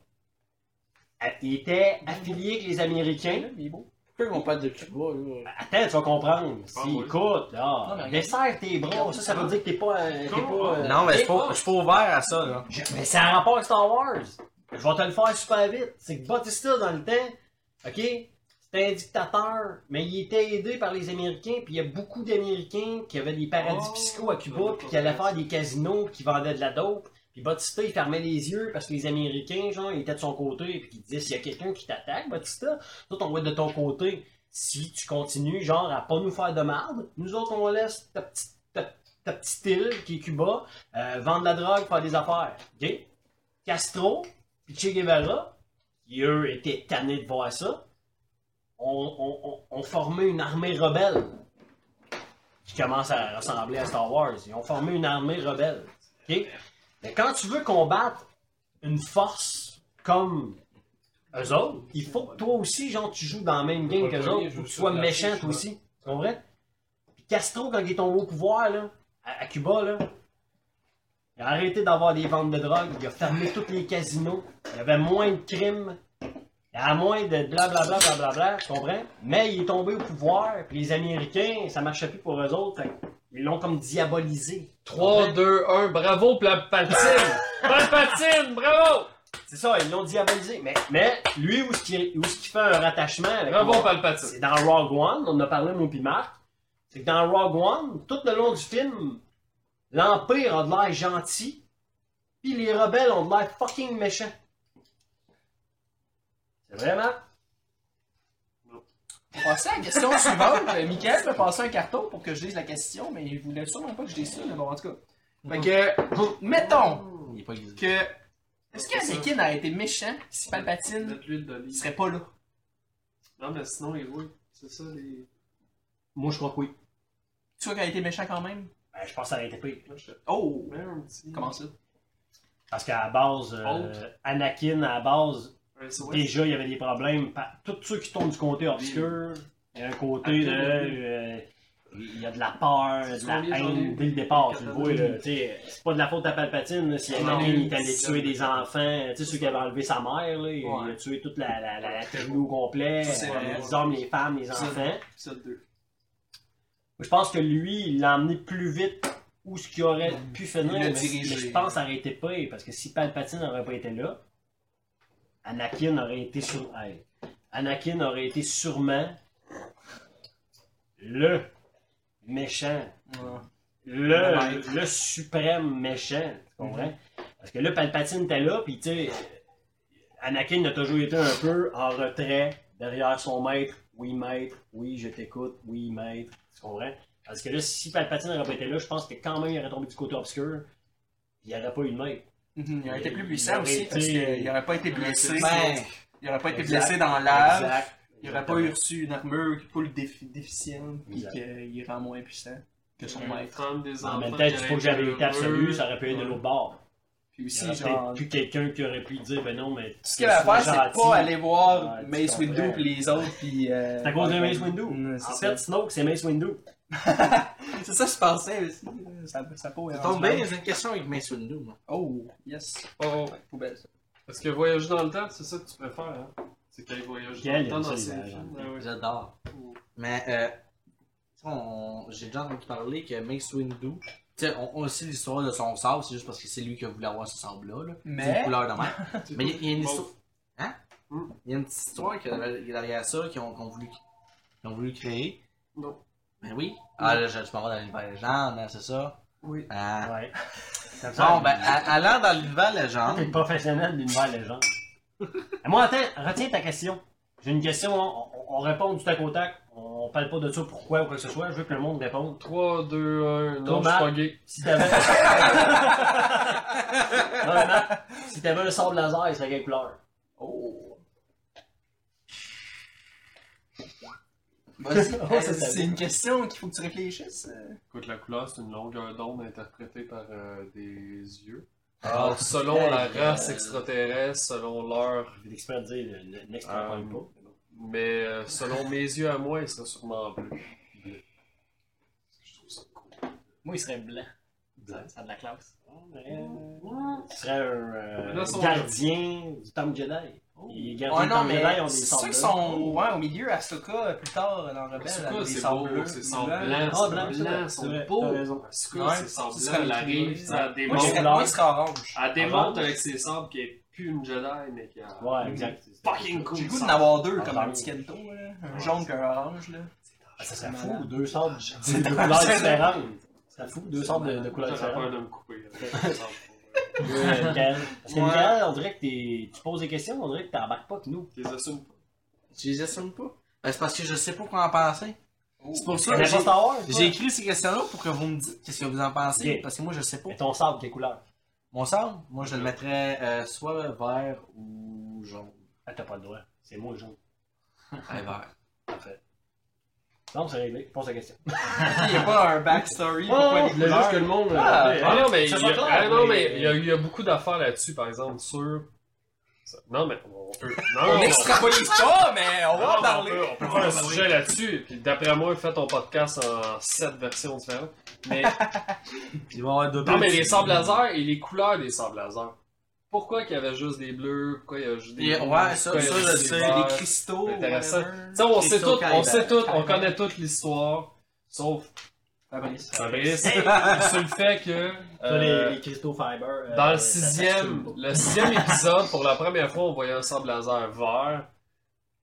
S3: A- Il était affilié avec les Américains.
S1: Pourquoi ils vont pas de Cuba, là?
S3: Attends, tu vas comprendre.
S5: Ah,
S3: Si,
S5: oui.
S3: écoute,
S2: Non, mais
S3: là,
S2: regarde.
S3: desserre tes bras. Ça, ça veut dire que t'es pas. euh, t'es pas euh,
S1: Non, mais je suis
S3: ok?
S1: pas- je suis pas ouvert à ça, là.
S3: Je- Mais c'est un rapport avec Star Wars. Je vais te le faire super vite. C'est que Batista, dans le temps, OK, c'était un dictateur, mais il était aidé par les Américains, puis il y a beaucoup d'Américains qui avaient des paradis
S5: Oh,
S3: fiscaux à Cuba,
S5: j'avais
S3: puis
S5: pas
S3: qui allaient
S5: fait
S3: faire des casinos, qui vendaient de la dope. Puis Batista, il fermait les yeux parce que les Américains, genre, ils étaient de son côté, puis ils disaient, s'il y a quelqu'un qui t'attaque, Batista, toi, on va être de ton côté. Si tu continues, genre, à pas nous faire de merde, nous autres, on laisse ta petite, ta, ta petite île, qui est Cuba, euh, vendre de la drogue, faire des affaires. OK? Castro, puis Che Guevara, qui eux étaient tannés de voir ça, ont, ont- ont- ont formé une armée rebelle qui commence à ressembler à Star Wars. Ils ont formé une armée rebelle. OK? Mais quand tu veux combattre une force comme eux autres, il faut que toi aussi, genre, tu joues dans la même game
S7: Pas le
S3: qu'eux
S7: premier,
S3: autres, faut que tu
S7: je
S3: sois
S7: veux que
S3: méchant
S7: la fiche,
S3: toi aussi. Tu comprends? Puis Castro, quand il est tombé au pouvoir, là, à, à Cuba, là, il a arrêté d'avoir des ventes de drogue, il a fermé tous les casinos, il y avait moins de crimes, il y a moins de blablabla, blablabla, tu comprends? Mais il est tombé au pouvoir, puis les Américains, ça marchait plus pour eux autres, fait ils l'ont comme diabolisé.
S7: 3, 2, 1, bravo, Palpatine! Palpatine, bravo!
S3: C'est ça, ils l'ont diabolisé. Mais, mais lui, où est-ce qu'il où est-ce qu'il fait un rattachement avec
S7: Bravo, Palpatine!
S3: C'est dans Rogue One, on en a parlé mon pis Marc. C'est que dans Rogue One, tout le long du film, l'Empire a de l'air gentil, puis les rebelles ont de l'air fucking méchants. C'est vrai, Marc?
S5: Non.
S2: On passait à la question suivante. Euh, Michael me passait un carton pour que je lise la question, mais il voulait sûrement pas que je dise ça, mais bon, en tout cas. Fait que, mettons
S1: Il est pas aiguisé.
S2: que. Est-ce que Anakin a été méchant si Palpatine
S4: Mettre l'huile
S2: il
S4: d'olive.
S2: serait pas là?
S4: Non, mais sinon, il oui. C'est ça, les.
S3: Moi, je crois que oui.
S2: Tu vois qu'il a été méchant quand même?
S3: Ben, je pense que ça aurait été pire.
S4: Moi, je te
S2: Oh!
S4: mets un petit.
S2: Comment ça?
S3: Parce qu'à la base, euh,
S4: Autre.
S3: Anakin, à la base,
S4: Un SOS.
S3: déjà, il y avait des problèmes. Par- Tous ceux qui tombent du côté obscur, il y a un côté de. euh, il y a de la peur, de la
S4: Combien j'en ai eu?
S3: haine dès le départ. Tu le
S4: Quatre
S3: vois, là. Tu sais, C'est pas de la faute à Palpatine. là, Si
S4: Non.
S3: Anakin, il est allé tuer des enfants, tu sais, ceux qui avaient enlevé sa mère, là, il,
S2: Ouais.
S3: il a tué toute la, la, la, la tribu au complet,
S2: Ça, c'est
S3: euh,
S2: vrai.
S3: les hommes, les femmes, les
S4: Ça.
S3: enfants.
S4: Épisode 2.
S3: Je pense que lui, il l'a emmené plus vite où ce qu'il aurait pu finir.
S2: Il l'a
S3: Mais,
S2: dirigé.
S3: mais je pense que ça aurait été pire, parce que si Palpatine n'aurait pas été là, Anakin aurait été sur... hey, Anakin aurait été sûrement le méchant.
S2: Le
S3: Le, le suprême méchant. Tu comprends? Parce que là, Palpatine était là, puis tu sais, Anakin a toujours été un peu en retrait derrière son maître. Oui, maître. Oui, je t'écoute. Oui, maître. Tu comprends? Parce que là, si Palpatine n'aurait pas été là, je pense que quand même, il aurait tombé du côté obscur. Il n'y aurait pas eu de maître.
S2: Mhm, Il aurait été plus
S3: Il
S2: puissant
S3: aurait
S2: aussi,
S3: été-
S2: parce qu'il aurait pas été blessé.
S1: Ben,
S2: Il aurait pas été
S3: Exact.
S2: blessé dans l'âge.
S3: Exact.
S2: Il aurait pas eu reçu une armure full défi déficiente, puis
S3: Exact.
S2: qu'il rend moins puissant que son
S4: Une
S2: maître.
S4: femme, des
S3: En
S4: enfants
S3: même temps,
S4: qui
S3: il faut
S4: auraient
S3: que j'avais
S4: été
S3: été absolu,
S4: heureux.
S3: ça aurait pu être de l'autre bord.
S2: Puis
S3: Il y
S2: aussi,
S3: aurait
S2: genre.
S3: peut-être plus quelqu'un qui aurait pu dire, ben non, mais.
S2: Ce qu'il avait à faire, c'est pas aller voir
S3: Ouais, tu
S2: Mace
S3: comprends.
S2: Windu pis les autres pis. euh,
S3: C'est à cause de Mace
S2: ouais,
S3: Windu.
S2: ouais,
S3: En
S2: C'est
S3: fait,
S2: ça.
S3: Snoke, c'est Mace Windu.
S2: C'est ça, que je pensais aussi. Ça, ça
S4: Euh,
S2: peau est
S1: Ça
S2: rendue
S1: tombe bien,
S2: blanche.
S1: j'ai une question avec Mace Windu, moi.
S2: Oh, yes.
S5: Oh,
S2: Poubelle, ça.
S5: parce que voyager dans le temps, c'est ça que tu préfères, hein? C'est qu'elle voyage dans
S3: Quel
S5: le temps dans
S3: aime ça,
S5: ses
S3: les
S5: films.
S3: voyages.
S5: Ah ouais.
S1: J'adore. Mais, euh, tu sais, on- j'ai déjà entendu parler que Mace Windu, tu sais, on, on sait l'histoire de son sable, c'est juste parce que c'est lui qui a voulu avoir ce sable-là. là. C'est
S2: Mais.
S1: une couleur de mer.
S4: C'est
S1: Mais il y, a une
S4: tout.
S1: histoire. Hein?
S4: Mm.
S1: Il y a une petite histoire qui est derrière ça, qu'ils ont, qu'ils ont voulu, qu'ils ont voulu créer.
S4: Non.
S1: Ben oui. Ah, là, je, tu m'en vas dans l'univers légende, hein, c'est ça?
S4: Oui.
S1: Ah.
S3: Ouais. Comme ça,
S1: Bon, ben, a- allant dans l'univers légende.
S3: T'es le professionnel de l'univers légende. Moi, attends, retiens ta question. J'ai une question, on, on- on répond du tac au tac. On parle pas de ça pourquoi ou quoi que ce soit. Je veux que le monde réponde.
S5: 3, 2, 1, non, je
S3: Thomas.
S5: suis pas gay.
S3: Si t'avais. non, mais Matt, si t'avais le sable laser, il serait quelle couleur
S2: Oh. Vas-y.
S3: Oh,
S2: Euh,
S3: ça, ça
S2: c'est une question qu'il faut que tu réfléchisses. euh.
S5: Écoute, la couleur, c'est une longueur d'onde interprétée par euh, des yeux.
S3: Ah,
S5: Alors, selon la race extraterrestre, selon l'heure,
S3: Je vais exprès dire le- le- l'extrapole
S5: Euh,
S3: pas.
S5: mais euh, selon mes yeux à moi, il serait sûrement bleu. Je trouve ça cool.
S3: Moi, il serait blanc.
S5: Blanc.
S3: Ça a de la classe. Il serait un euh,
S4: Là, son- Oh.
S3: gardien du temple Jedi. Il est gardien
S2: Ouais,
S3: du
S2: non,
S3: temple Jedi,
S2: mais.
S3: on est
S2: C'est ceux
S3: sorti.
S2: qui sont ouais, au milieu, Ahsoka, euh, plus tard euh, dans Rebelle,
S5: Ahsoka,
S2: avec des
S5: c'est
S2: sables
S5: beau,
S2: bleus,
S5: c'est sans
S2: blancs.
S5: blanc.
S3: Ah, blanc,
S5: Blancs
S3: c'est vrai,
S4: sont
S3: c'est vrai,
S4: beaux.
S3: t'as raison.
S5: Parce que
S2: Ouais,
S5: c'est
S2: ça
S5: semblant,
S2: serait
S5: elle
S2: cool.
S5: arrive, ça
S2: Moi, je
S5: démonte.
S2: serais- moi, il serait orange.
S4: Elle démonte avec ses sables qu'elle est plus une Jedi, mais qu'elle.
S3: Ouais, exact. c'est- c'est-
S4: Fucking cool.
S2: J'ai le goût
S4: ça.
S2: d'en avoir deux,
S3: Ah,
S2: comme un
S3: ouais.
S2: petit kento, là. Un
S5: ah,
S2: jaune puis un orange, là.
S3: Ah, ça serait
S2: Malade.
S3: fou, deux sables de
S2: C'est
S3: de couleurs
S2: malade.
S3: différentes. Ça serait fou, deux sables de, de couleurs
S4: J'aurais peur
S3: différentes.
S4: de me couper. là.
S3: Ouais, Michael. Parce que
S1: Ouais.
S3: Michael, on dirait que t'es- tu poses des questions, on dirait que t'embarques pas que nous.
S4: Je les assume pas.
S1: Tu les assumes pas? Ben, c'est parce que je sais pas quoi en penser.
S4: Oh.
S1: C'est pour
S3: Tu
S1: ça que
S3: connais
S1: j'ai-
S3: pas Star Wars, toi?
S1: j'ai écrit ces questions-là pour que vous me dites qu'est-ce que vous en pensez,
S3: Ok.
S1: parce que moi je sais pas.
S3: Mais ton sable, quelle couleur
S1: Mon sable, moi je le mettrais euh, soit vert ou jaune.
S3: Ah, t'as pas le droit. C'est moi, jaune.
S1: Ouais, vert.
S3: Non, c'est réglé. Pose la question.
S2: Il n'y a pas un backstory
S5: Oh,
S2: pourquoi les
S3: je voulais
S2: couleurs.
S3: juste que le monde.
S2: Ah,
S3: euh,
S5: Ah non, mais il y
S3: ça
S5: a,
S3: sera clair,
S5: ah
S3: mais-
S5: non, mais il y a, il y a beaucoup d'affaires là-dessus, par exemple, sur. ça- Non, mais on peut. Non,
S2: On
S5: non,
S2: n'extrapolise pas, mais on
S5: on,
S2: va en
S5: non, mais
S2: parler.
S5: on peut, on peut faire un sujet là-dessus. Puis d'après moi, fais ton podcast en sept versions différentes. Mais,
S1: Il va y avoir deux
S5: non, mais les sables laser et les couleurs des sables laser. Pourquoi qu'il y avait juste des bleus Pourquoi il y a juste des.
S1: Et-
S5: rouges,
S1: ouais, ça,
S5: pourquoi il y a
S1: ça
S5: juste
S1: je
S5: des
S1: sais.
S5: verts?
S1: Les cristaux.
S5: c'est intéressant.
S1: whatever.
S5: Tu sais, on sait
S1: Cristaux
S5: tout, on sait
S1: Kyber.
S5: tout, on connaît toute l'histoire. Sauf ben,
S2: Fabrice.
S5: Fabrice, sur le fait que.
S3: Ça, les,
S5: euh,
S3: les cristaux fiber. euh,
S5: Dans le
S3: ça s'assume
S5: sixième,
S3: pas.
S5: le sixième épisode, pour la première fois, on voyait un sable laser vert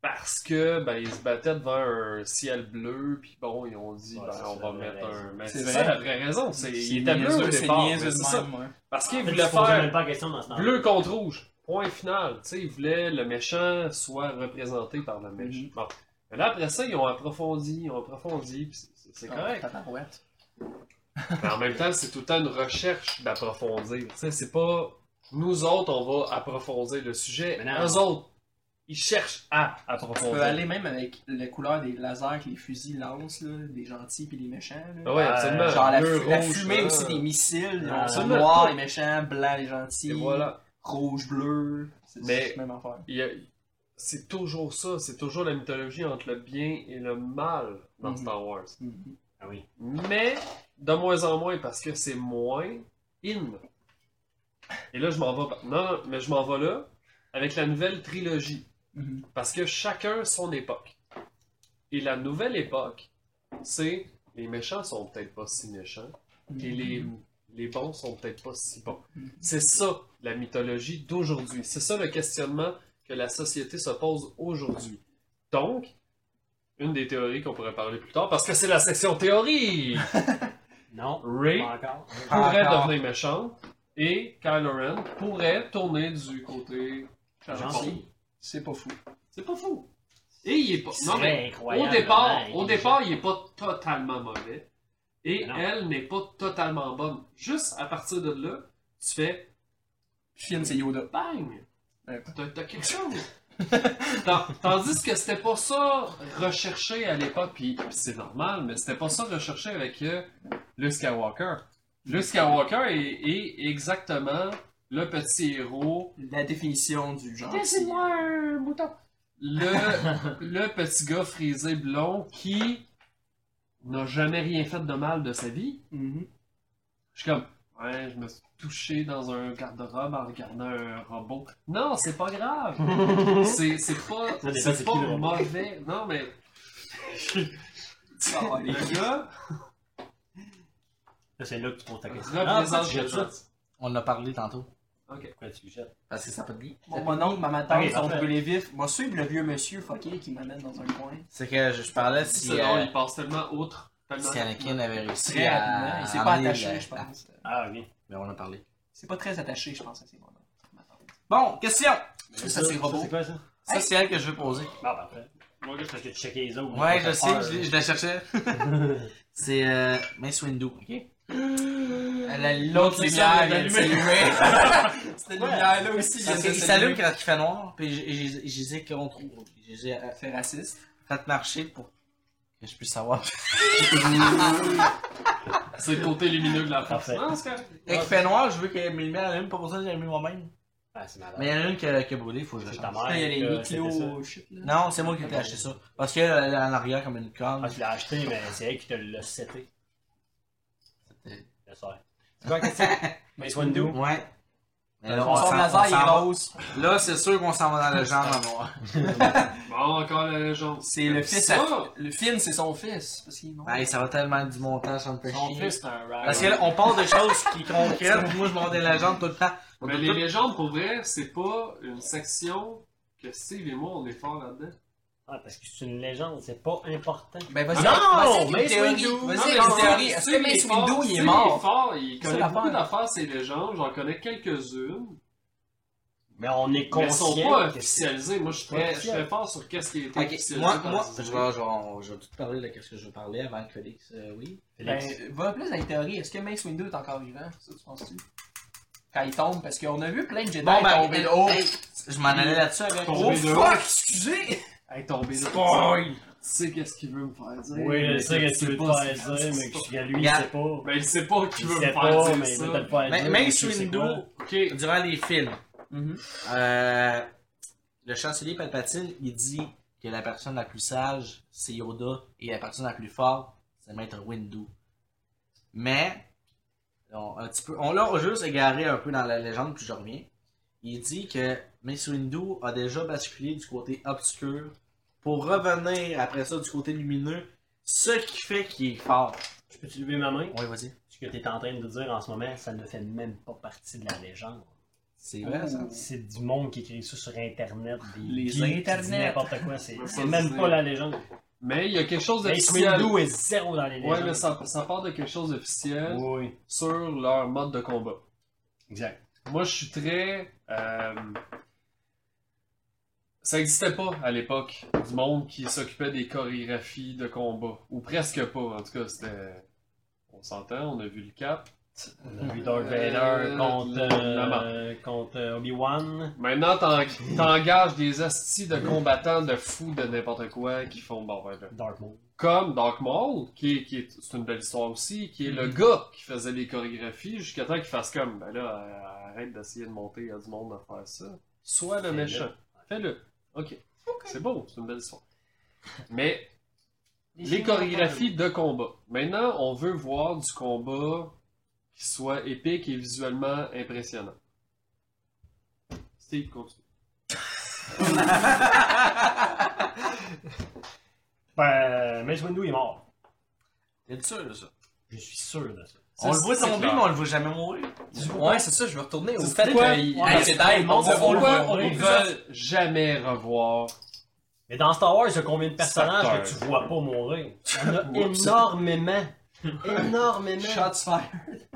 S5: parce que ben ils se battaient devant un ciel bleu, puis bon, ils ont dit
S3: Ouais,
S5: ben,
S3: c'est
S5: on
S3: ça,
S5: va
S3: la
S5: mettre
S3: vraie raison.
S5: un. Mais
S2: C'est
S5: c'est
S2: vrai.
S5: ça la vraie raison. C'est il était bleu au
S2: niaiseux, c'est
S5: départ. mais
S2: niaiseux
S5: c'est
S2: de
S5: ça.
S2: même, ouais.
S5: Parce
S3: En
S5: qu'il
S3: fait,
S5: voulait
S3: tu poses
S5: faire
S3: même pas la question dans ce temps-là.
S5: bleu contre rouge. Point final. Tu sais, il voulait le méchant soit représenté par le méchant. Bon. Mais là, après ça, ils ont approfondi, ils ont approfondi, puis c'est- c'est- c'est
S2: Ah.
S5: correct.
S2: Tabarouette.
S5: Mais en même temps, c'est tout le temps une recherche d'approfondir. Tu sais, c'est pas nous autres, on va approfondir le sujet.
S3: Mais non.
S5: Eux autres, ils cherchent
S3: Ah,
S5: à
S2: On peut
S5: approfondir.
S2: aller même avec la couleur des lasers que les fusils lancent, là, des gentils puis les méchants. là.
S5: Ah Ouais, absolument.
S2: Genre la,
S5: Bleu,
S2: fu- la
S5: rouge,
S2: fumée
S5: là.
S2: aussi des missiles,
S3: Ah,
S2: genre,
S5: absolument.
S2: noir les méchants, blanc les gentils,
S5: Et voilà.
S2: rouge, bleu, c'est
S5: Mais-
S2: c'est la même affaire.
S5: Il y a- C'est toujours ça. C'est toujours la mythologie entre le bien et le mal dans
S2: Mhm.
S5: Star Wars.
S2: Mhm.
S5: Mais de moins en moins parce que c'est moins in. Et là, je m'en vais. Non, non, mais je m'en vais là avec la nouvelle trilogie.
S2: Mhm.
S5: Parce que chacun son époque. Et la nouvelle époque, c'est les méchants sont peut-être pas si méchants et les, les bons sont peut-être pas si bons. C'est ça la mythologie d'aujourd'hui. C'est ça le questionnement que la société se pose aujourd'hui. Donc, une des théories qu'on pourrait parler plus tard, parce que c'est la section théorie.
S3: Non.
S5: Ray
S3: Pas encore.
S5: pourrait
S2: Encore.
S5: devenir méchante et Kylo Ren pourrait tourner du côté gentil.
S3: Gentil.
S2: C'est pas fou.
S5: C'est pas fou. Et il est pas. Non, mais
S3: C'est
S5: au
S3: incroyable.
S5: départ,
S3: Ouais,
S5: au
S3: il-
S5: départ, il est pas totalement mauvais. Et
S3: Mais non.
S5: elle n'est pas totalement bonne. Juste à partir de là, tu fais
S2: Finn, c'est Yoda.
S5: bang!
S2: Ouais.
S5: T'as t'as quelque chose. Tan- Tandis que c'était pas ça recherché à l'époque, puis puis c'est normal, mais c'était pas ça recherché avec euh, le Skywalker. Le Skywalker est, est exactement le petit héros.
S2: La définition du genre.
S5: un bouton. Le, le petit gars frisé blond qui n'a jamais rien fait de mal de sa vie.
S2: Mhm.
S5: Je suis comme, ouais, je me suis touché dans un garde-robe en regardant un robot. Non, c'est pas grave. c'est c'est pas,
S3: Ça dépend
S5: c'est
S3: c'est
S5: pas
S3: qui le robot.
S5: mauvais. Non, mais.
S2: Ah, les
S5: le gars
S3: Là, C'est là que tu poses ta question. Ah, pourquoi
S5: représente
S3: tu jettes
S5: le
S3: ça?
S5: gars.
S1: On l'a parlé tantôt.
S3: Pourquoi tu jettes?
S1: Parce que ça n'a pas de goût.
S2: Mon, mon oncle, ma tante
S3: Ok,
S2: sont
S3: parfait.
S2: brûlés vifs. Moi, suivre le vieux monsieur fucké qui m'amène dans un coin.
S1: C'est que je, je parlais si,
S5: C'est drôle,
S1: euh,
S5: il passe tellement outre. Tellement...
S1: si Anakin avait réussi
S2: Très rapidement.
S1: à.
S2: Il s'est pas
S1: emmener
S2: attaché,
S1: le-
S2: je pense.
S3: Ah, oui.
S1: Mais on en a parlé.
S2: C'est pas très attaché, je pense, à ces moments. ma tante.
S1: Bon, question!
S2: Ça, c'est le robot.
S3: C'est quoi ça?
S1: Ça, c'est elle que je veux poser.
S3: Bah, parfait. Moi, juste parce que tu checkais les autres.
S1: Ouais,
S3: Ça
S1: je
S3: fait
S1: sais,
S3: peur.
S1: je, l'ai- je la cherchais. c'est euh, Mace Windu, ok? Euh,
S2: Elle a l'autre lumière, elle s'est allumée. Cette lumière-là aussi vient
S1: Parce
S2: de
S1: qu'il s'allume quand il fait noir, puis j'ai- j'ai j'ai dit qu'on trouve. J'ai dit, euh,
S2: C'est raciste.
S1: faites marcher pour que je puisse savoir.
S5: C'est le côté lumineux de la force.
S3: Parfait.
S5: Non, c'est correct.
S1: Quand il fait noir, je veux que mes lumières allument, pas pour ça que j'ai allumé moi-même.
S3: Ah, c'est malade.
S1: Mais il y en a une qui a, qui a brûlé, faut que je la
S3: C'est
S1: change.
S3: ta mère.
S2: Là, il y a les
S3: que c'était ça.
S2: Niklo shit, là.
S1: Non, c'est moi qui t'ai acheté ça. Parce qu'elle, elle est en arrière comme une
S3: Ah,
S1: corne.
S3: tu l'as acheté, mais c'est elle qui te l'a seté.
S1: C'était-
S3: Le soir. C'est quoi la question? Mais soin de
S1: Ouais. Mais là,
S2: Son
S1: on
S2: sort
S1: s'en-
S2: laser,
S1: on
S2: il est
S1: s'en va-
S2: rose.
S1: Là, c'est sûr qu'on s'en va dans le genre en noir.
S5: Bon, encore la légende.
S2: C'est le
S5: Comme
S2: fils
S5: ça.
S2: à... Le Finn, c'est son fils. Parce qu'il est mort.
S1: Hey, ça va tellement être du montage, ça me fait
S3: Son
S1: chier.
S3: fils, c'est un rag.
S1: Parce que là, on parle de choses qui concrètes, puis moi je monte des légendes tout le temps. Moi,
S5: Mais
S1: tout-
S5: les
S1: tout-
S5: légendes, pour vrai, c'est pas une section que Steve et moi, on est fort là-dedans.
S3: Ah, parce que c'est une légende, c'est pas important.
S2: Ben vas-y,
S5: Non,
S2: vas-y,
S3: Mace
S2: une théorie.
S3: Windu.
S2: Vas-y,
S5: Non, mais
S2: une
S5: non,
S2: théorie.
S5: Steve,
S2: Est-ce que Mace
S5: est fort.
S2: Windu, il est
S5: Steve
S2: mort?
S5: fort, il
S2: C'est
S5: connaît
S2: la
S5: beaucoup
S2: peur.
S5: d'affaires, ces légendes. J'en connais quelques-unes.
S3: Mais on est
S5: Mais elles sont pas
S3: conscient. que c'est-
S5: officialisées. Moi, je suis très, je suis
S3: Officiel.
S5: très fort sur qu'est-ce qui a été
S1: Ok,
S5: officialisé.
S1: moi,
S5: par
S1: moi,
S5: les
S1: je vais,
S5: autres.
S1: je vais- on- je vais tout parler de ce que je veux parler avant que Félix, euh, oui.
S3: Félix.
S2: Ben, va plus dans les théories. Est-ce que Mace Windu est encore vivant? Ça, tu penses-tu? Quand il tombe, parce qu'on a vu plein de Jedi
S1: Bon, ben,
S2: tomber de haut.
S1: hey, je m'en allais là-dessus avec.
S5: Tomber de haut.
S2: excusez!
S5: Hey, tombé là.
S1: Spoil!
S5: Tu sais qu'est-ce qu'il veut me faire dire.
S3: Oui, je sais
S5: mais
S3: que tu veux te
S5: pas
S3: faire
S5: ce
S3: dire,
S5: qu'il
S3: mais
S5: dit.
S3: que je- lui, il
S1: Regarde.
S3: sait pas.
S5: Ben, il sait pas qui
S3: Il
S5: veut me
S3: sait
S5: faire
S3: pas,
S5: dire
S3: mais il veut te
S5: ça.
S3: le faire
S1: Mais
S3: dire.
S1: même
S3: il sait c'est
S1: Windu,
S3: quoi.
S5: Ok.
S1: durant les films,
S2: Mhm.
S1: euh, le chancelier Palpatine, il dit que la personne la plus sage, c'est Yoda, et la personne la plus forte, c'est Maître Windu. Mais, on, un petit peu, on l'a juste égaré un peu dans la légende, puis je reviens. Il dit que Mace Windu a déjà basculé du côté obscur pour revenir après ça du côté lumineux, ce qui fait qu'il est fort.
S3: Je peux-tu lever ma main?
S1: Oui, vas-y.
S3: Ce que tu es en train de dire en ce moment, ça ne fait même pas partie de la légende.
S1: C'est vrai, ça.
S3: C'est du monde qui écrit ça sur Internet. Des
S2: Les
S3: geeks qui disent
S2: Internet.
S3: N'importe quoi. C'est
S5: Ouais,
S3: c'est
S5: ça,
S3: même
S5: c'est-
S3: pas la légende.
S5: Mais il y a quelque chose
S3: Mace
S5: d'officiel.
S3: Windu est zéro dans les légendes.
S5: Ouais, mais ça, ça part de quelque chose d'officiel
S3: Oui,
S5: sur leur mode de combat.
S3: exact.
S5: Moi, je suis très. euh, Ça n'existait pas à l'époque du monde qui s'occupait des chorégraphies de combat. Ou presque pas. En tout cas, c'était. On s'entend, on a vu le cap.
S3: On a vu Darth Vader
S5: Euh,
S3: contre,
S5: la mort.
S3: euh, contre euh, Obi-Wan.
S5: Maintenant, t'en- t'engages des astis de combattants de fous de n'importe quoi qui font. Bon, ben, là.
S3: Dark Maul.
S5: Comme Dark Maul, qui est. qui est- C'est une belle histoire aussi, qui est le gars qui faisait les chorégraphies jusqu'à temps qu'il fasse comme. Ben là, euh, arrête d'essayer de monter à du monde à faire ça. Sois le
S3: Fais-le.
S5: méchant. Fais-le. Ok. C'est beau, c'est une belle histoire. Mais les chorégraphies de combat. Maintenant, on veut voir du combat qui soit épique et visuellement impressionnant. Steve, continue.
S3: Ben, Mace Windu est mort.
S1: T'es sûr de ça?
S3: Je suis sûr de ça.
S1: On le voit
S5: c'est
S1: tomber,
S5: clair.
S1: mais on le voit jamais mourir.
S8: Ouais, c'est ça, je vais retourner au
S5: C'est
S8: fait
S5: quoi?
S8: qu'il
S3: Ouais.
S8: c'est d'ailleurs,
S3: On
S8: on-
S3: va
S8: on le voit.
S5: Pourquoi on ne veut jamais revoir
S3: Mais dans Star Wars, il y a combien de personnages que
S5: Starter.
S3: tu vois pas mourir? Il y en a énormément. énormément.
S1: Shots fired.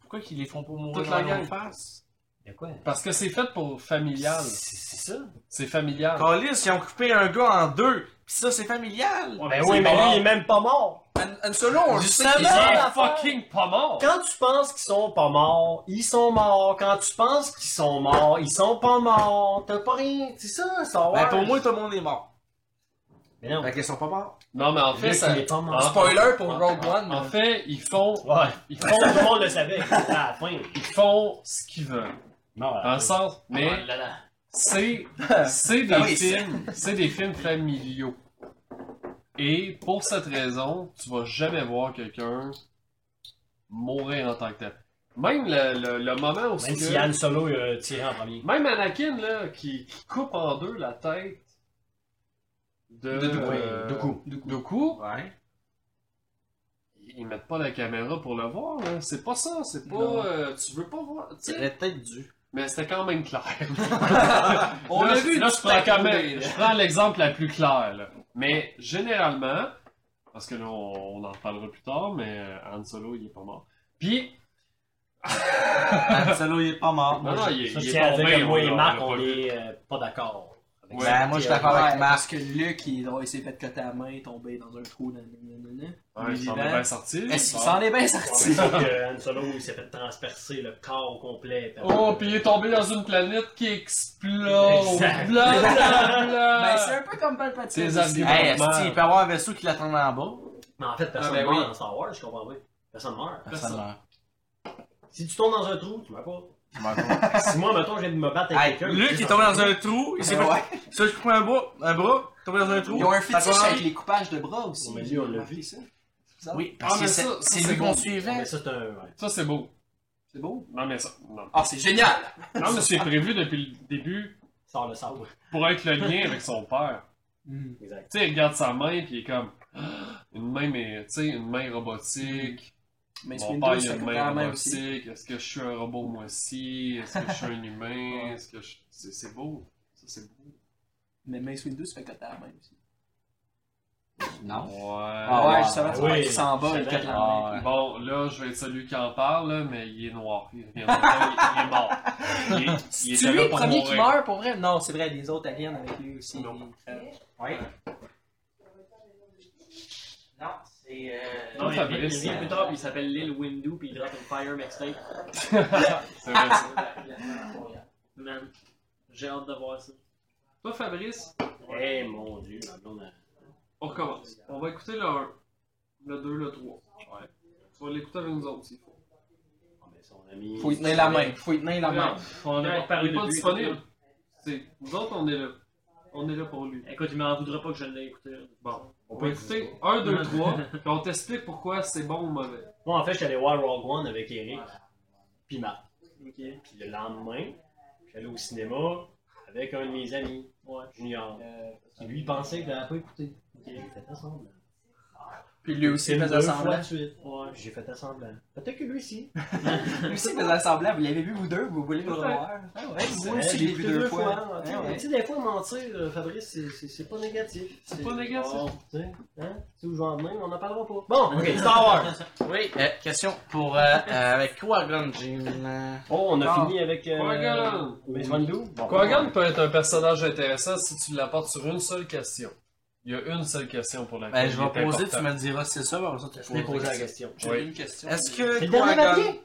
S1: Pourquoi qu'ils les font pas mourir
S5: Toute la
S1: dans leur
S5: gang.
S1: face?
S3: Il y a quoi?
S5: Parce que c'est fait pour familial.
S3: C'est c'est ça.
S5: C'est familial.
S1: Callis, ils ont coupé un gars en deux. Pis ça, c'est familial.
S3: Ben oui, mais lui, il est même pas mort.
S8: Han- Han Solo, on le sait qu'il-
S5: Il est
S3: l'affaire.
S5: fucking pas mort!
S3: Quand tu penses qu'ils sont pas morts, ils sont morts. Quand tu penses qu'ils sont morts, ils sont pas morts. T'as pas rien. C'est ça, Star Wars.
S1: Ben, pour moi, ben, tout le monde est mort.
S3: Mais non.
S1: Fait qu'ils sont pas morts.
S5: Non, mais en
S3: Le
S5: fait,
S3: mec,
S5: ça...
S3: il est pas mort.
S8: Spoiler
S1: ah,
S8: pour Rogue One.
S5: En fait, ils font,
S3: Ouais.
S5: ils
S3: Tout
S5: font,
S3: le monde le savait. À la fin.
S5: ils font ce qu'ils veulent.
S3: Non,
S5: Dans le sens, mais
S6: Oh là là.
S5: C'est, c'est des
S8: Ah oui, c'est-
S5: films, c'est des films familiaux. Et pour cette raison, tu vas jamais voir quelqu'un mourir en tant que tel. Même le, le- le moment où
S3: Même
S5: c'est
S3: si
S5: que-
S3: Han Solo a tiré en premier.
S5: même Anakin là, qui, qui coupe en deux la tête de,
S8: De Dooku.
S5: euh,
S3: Dooku.
S5: Dooku,
S1: Ouais.
S5: ils mettent pas la caméra pour le voir. là. C'est pas ça, c'est
S8: Non.
S5: pas, euh, tu veux pas voir. tu sais.
S1: C'est la tête du.
S5: Mais c'était quand même clair.
S8: On l'a
S5: Là, je-
S8: vu,
S5: Là,
S8: tu
S5: je
S8: t'as
S5: prends, quand
S8: trouvé,
S5: même,
S8: là.
S5: je prends l'exemple la plus claire. là. Mais généralement, parce que là, on, on en reparlera plus tard, mais euh, Han Solo, il est pas mort. Puis,
S1: Han Solo, Ben, il est pas mort.
S5: non, non, il est,
S3: Ça,
S5: il
S3: je
S5: est
S3: tiens à dire
S5: tombé,
S3: que moi
S5: on
S3: et
S5: l'a-
S3: Marc,
S5: on
S3: on
S5: l'a pas vu.
S3: est euh, pas d'accord. avec
S2: Ben,
S1: Ouais,
S3: ça.
S1: moi, je suis d'accord avec Marc.
S2: Parce que Luc, il, il s'est fait coter à main, est tombé dans un trou. nan, nan, nan, nan.
S5: Ouais, il s'en est
S2: Vivant.
S5: bien sorti. lui,
S2: Est-ce qu'il
S5: ça.
S2: s'en est bien
S3: Ouais,
S2: sorti?
S3: mais sauf que Han Solo, il s'est fait transpercer le corps au complet.
S5: Oh, puis il est tombé dans une planète qui explose.
S3: Exact.
S5: Bla, bla,
S2: Ben,
S5: bla.
S2: c'est un peu comme Palpatine.
S5: Tes
S2: aussi.
S5: arguments.
S1: Hey, esti, il peut y avoir un vaisseau qui l'attend en bas.
S3: Mais en fait, personne
S8: Ah, ben
S3: meurt
S8: oui.
S3: dans Star Wars, je comprends pas. Personne Ah, meurt.
S1: Personne meurt.
S3: Si tu tombes dans un trou, tu meurs pas.
S1: Tu meurs pas.
S3: si moi, mettons, je viens de me battre
S1: Hey,
S3: avec quelqu'un.
S1: Luc, il est tombé dans un trou. Il s'est
S2: Ben
S1: fait. Ça, je coupe un bras. Un bras. Tombé dans un trou.
S2: Ils ont un
S1: Ça
S2: fétiche
S1: part.
S2: avec les coupages de bras aussi.
S3: Mais lui, on l'a vu.
S2: C'est
S1: Oui,
S5: Ah,
S1: parce
S5: mais
S1: que
S5: ça,
S1: c'est
S5: ça,
S1: c'est
S5: c'est
S1: lui
S5: bon.
S1: qu'on
S3: Ouais,
S1: suivait.
S3: mais ça, c'est un. ouais.
S5: Ça, c'est beau.
S2: beau?
S5: Non, mais ça. Non,
S2: Ah, c'est génial!
S5: non mais c'est prévu depuis le début
S3: Sors le sabre.
S5: pour être le lien avec son père.
S2: Mm.
S3: Exact.
S5: Tu sais, il regarde sa main, puis il est comme. Ah, Une main, mais, tu sais, une main robotique.
S2: Mais
S5: Mon
S2: Ben, Windows,
S5: père, il a
S2: ça
S5: une
S2: coûte
S5: main
S2: la même aussi.
S5: robotique. Est-ce que je suis un robot, moi aussi Est-ce que je suis un humain Est-ce que je. C'est, c'est beau. Ça, c'est beau.
S2: Mais Mace Windows, ça fait coter la même aussi.
S1: Non.
S2: Ah
S5: Ouais. Ah
S2: ouais,
S1: ouais,
S2: justement,
S3: ouais.
S2: tu vois
S3: Oui,
S2: qu'il s'en va,
S3: je
S2: il
S3: savais.
S2: cote la main.
S5: Bon, là, je vais être celui qui en parle, là, mais il est noir. Il reviendra pas, il- il est mort. Il, est- il
S2: C'est
S5: était
S2: lui
S5: là
S2: le
S5: pour
S2: premier qui
S5: mourir.
S2: meurt pour vrai? Non, c'est vrai, les autres aliens avec lui aussi.
S5: Non.
S1: Ouais. Non, c'est. euh,
S6: Non, mais il
S5: Fabrice,
S6: vient
S5: hein.
S6: plus tard, puis il s'appelle Lil Windu, puis il drop une fire mixtape.
S5: C'est vrai, ça.
S6: Man, j'ai hâte de voir ça.
S4: Toi, Fabrice,
S3: Eh mon dieu, ma blonde. elle-
S4: on recommence. On va écouter le 1, le 2, le 3. Ouais. Tu vas l'écouter avec nous autres s'il faut.
S3: Ah, mais son ami.
S2: Faut y tenir la main, faut y tenir la main.
S6: On n'a
S4: Ouais,
S6: pas reparlé
S4: il est pas
S6: depuis.
S4: disponible. C'est- Nous autres, on est là. On est là pour lui.
S6: Écoute, il m'en voudra pas que je l'ai écouté.
S4: Bon. On va écouter 1, 2, 3, puis on t'explique pourquoi c'est bon ou mauvais.
S3: Moi, en fait, j'allais voir Rogue One avec Eric. Puis Marc.
S6: Ok.
S3: Puis le lendemain, j'allais au cinéma avec un de mes amis, Euh, Junior, qui lui pensait que je l'avais pas écouté. Ok, Faites ensemble.
S2: Puis lui aussi, il faisait semblant.
S3: Ouais, j'ai fait un semblant. Peut-être que lui aussi.
S2: Lui aussi, il faisait semblant. Vous l'avez vu, vous deux, vous voulez le
S4: Ouais.
S2: revoir. Ah ouais, moi
S3: Ouais,
S2: aussi, je l'ai vu deux fois.
S3: Tu sais,
S2: Ah ouais.
S3: Tu sais, des fois, mentir, euh, Fabrice, c'est- c'est c'est pas négatif.
S4: C'est pas négatif.
S3: Bon, tu sais, hein? Tu sais où je vais en venir, mais on n'en parlera pas. Bon, ok, Star Wars.
S1: Oui, euh, question pour. euh, euh, avec quoi, Gon Jin euh,
S3: Oh, on a
S2: Ah.
S3: fini avec.
S5: Qui-Gon.
S3: Mais Wandu. Bon.
S5: Qui-Gon peut être un personnage intéressant si tu l'apportes sur une seule question. Il y a une seule question pour laquelle
S1: Ben, je vais
S5: il est
S1: poser, tu
S5: important.
S1: me diras si c'est ça, ben, après ça, tu
S3: Je vais
S1: poseras.
S3: poser la question.
S2: J'ai
S5: Oui.
S2: une question.
S1: Est-ce
S3: C'est
S1: que
S3: le dernier
S1: Qui-Gon.
S3: papier?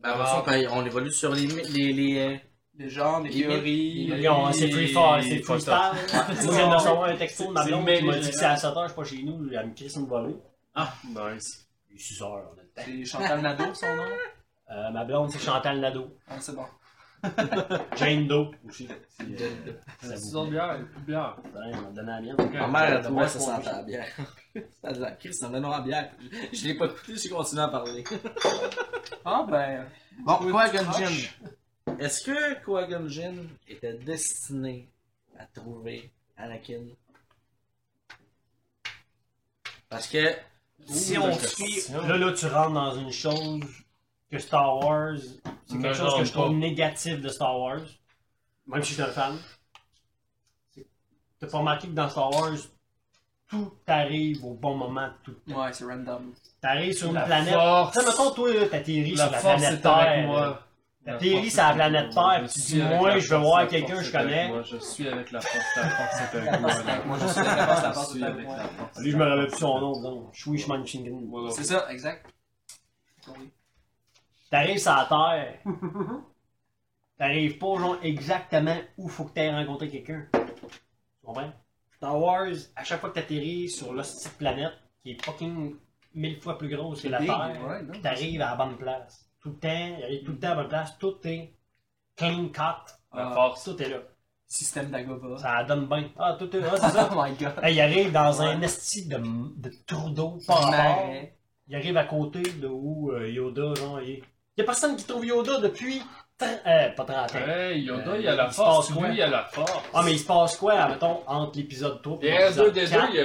S1: Ben, après ça, ben, on évolue sur les. mi- les, les euh,
S2: Des genres, des
S1: Il-
S2: théories.
S1: il-
S3: Non, c'est freefall, c'est
S5: Il- faut
S3: freestyle. Moi, je viens de recevoir un texto de ma
S6: C'est
S3: blonde
S6: mêlé
S3: qui m'a dit
S6: général.
S3: que c'est à 7 heures, je suis pas chez nous, elle me crisse une volée.
S5: Nice.
S3: Il est 6 heures, on a le temps.
S2: C'est Chantal Nadeau, son nom.
S3: Euh, ma blonde, c'est Chantal Nadeau.
S2: Ah, c'est bon.
S3: Jane Doe aussi. Si, euh, ça vous
S5: C'est une bière, une bière.
S3: plaît. Attends, elle m'a donné la mienne.
S1: Ma mère, elle trouvait ça sentait la bière. Ça de la crise, ça me donne la bière. Je- Je l'ai pas écouté, j'ai continué à parler.
S2: Ah ben,
S1: Bon, Qui-Gon
S2: Proche.
S1: Jinn. Est-ce que Qui-Gon Jinn était destiné à trouver Anakin? Parce que si
S5: Ouh,
S1: on
S5: la
S1: suit
S5: question.
S3: Là, là, tu rentres dans une chose que Star Wars, c'est
S5: Me
S3: quelque chose que
S5: rentre
S3: je trouve
S5: pas.
S3: négatif de Star Wars, même si je suis un fan. C'est- T'as pas remarqué que dans Star Wars, tout t'arrive au bon moment, tout.
S2: ouais, c'est random.
S3: T'arrives sur une
S5: La
S3: planète.
S5: force.
S3: Tu sais, mettons, toi, là, t'atterris
S5: La
S3: sur la
S5: force
S3: planète
S5: est
S3: Terre.
S5: avec
S3: là.
S5: moi.
S3: T'atterris sur la planète Terre, puis tu dis, moi, je veux voir quelqu'un que je connais.
S5: Moi, je suis avec la force, la force est avec moi.
S2: Moi, je suis avec la force, la force
S5: Je
S2: est
S5: suis
S2: avec
S5: avec
S2: moi.
S5: la force.
S3: Lui, je me rappelle plus son nom, donc. Shui Shman
S5: Voilà.
S2: C'est ça, exact. Oui.
S3: T'arrives sur la Terre. T'arrives pas, genre, exactement où faut que t'aies rencontré quelqu'un. Tu comprends? Star Wars, à chaque fois que t'atterris sur la petite planète, qui est fucking mille fois plus grosse que la
S2: Big,
S3: Terre,
S2: ouais, non,
S3: t'arrives à la bonne place. Tout le temps, t'arrives tout le temps à la bonne place, tout est clean cut.
S5: La
S2: Ah,
S5: force.
S3: Tout est là.
S2: Système d'Agova.
S3: Ça la donne bien. Ah, tout est là, c'est ça.
S2: Oh my god.
S3: Hey, il arrive dans un esti de, de trou d'eau, pas en bord.
S2: Mais-
S3: Il arrive à côté de où euh, Yoda, genre, il... il y a personne qui trouve Yoda depuis... tre- euh, pas 30 ans.
S5: Hey, Yoda,
S3: Euh,
S5: il a la
S3: il se
S5: force.
S3: passe quoi?
S5: Lui, il a la force.
S3: Ah, mais il se passe quoi, mettons, entre l'épisode 3
S5: Et
S3: et
S5: R2
S3: l'épisode
S5: D2,
S3: 4?
S5: il y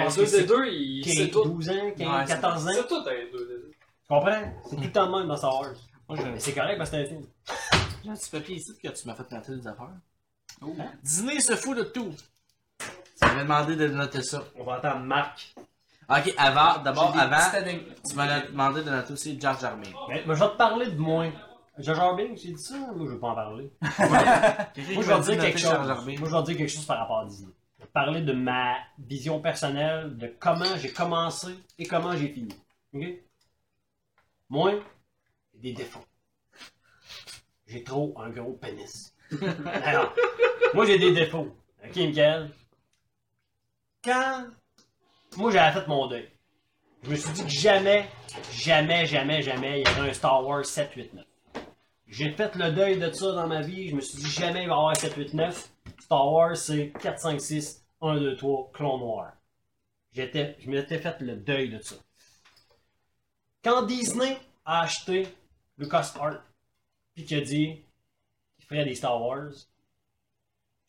S5: a.
S3: pense que
S5: R2 D2, il sait
S3: 15,
S5: tout.
S3: 12 ans, 15,
S2: Ouais, c'est
S3: 14 ans.
S5: C'est tout un R2 D2.
S3: Tu comprends? C'est tout le temps le même dans Star Wars.
S5: Moi, j'aime
S3: Mais c'est correct parce que c'est un film.
S1: J'ai un petit papier ici que tu m'as fait planter des affaires.
S2: Oh.
S1: Disney se fout de tout. Tu m'avais demandé de noter ça.
S3: On va entendre Marc.
S1: Ok, avant, d'abord,
S2: J'ai des petites
S1: avant,
S2: anecdotes.
S1: tu m'as demandé de noter aussi Jar Jar Binks.
S3: Mais, mais je vais te parler de moi. Jar Jar Binks, j'ai dit ça? Moi, je veux pas en parler. Moi, je vais dire quelque chose. Moi, je vais dire quelque chose par rapport à Disney. Je vais parler de ma vision personnelle, de comment j'ai commencé et comment j'ai fini. OK? Moi, j'ai des défauts. J'ai trop un gros pénis. Alors, moi, j'ai des défauts. OK, Michael? Quand moi, j'avais fait mon deuil, je me suis dit que jamais, jamais, jamais, jamais, il y aurait un Star Wars 7, 8, 9. J'ai fait le deuil de ça dans ma vie. Je me suis dit jamais il va y avoir 7, 8, 9. Star Wars, c'est 4, 5, 6, 1, 2, 3, clone noir. J'étais, je m'étais fait le deuil de ça. Quand Disney a acheté LucasArts, puis qu'il a dit qu'il ferait des Star Wars,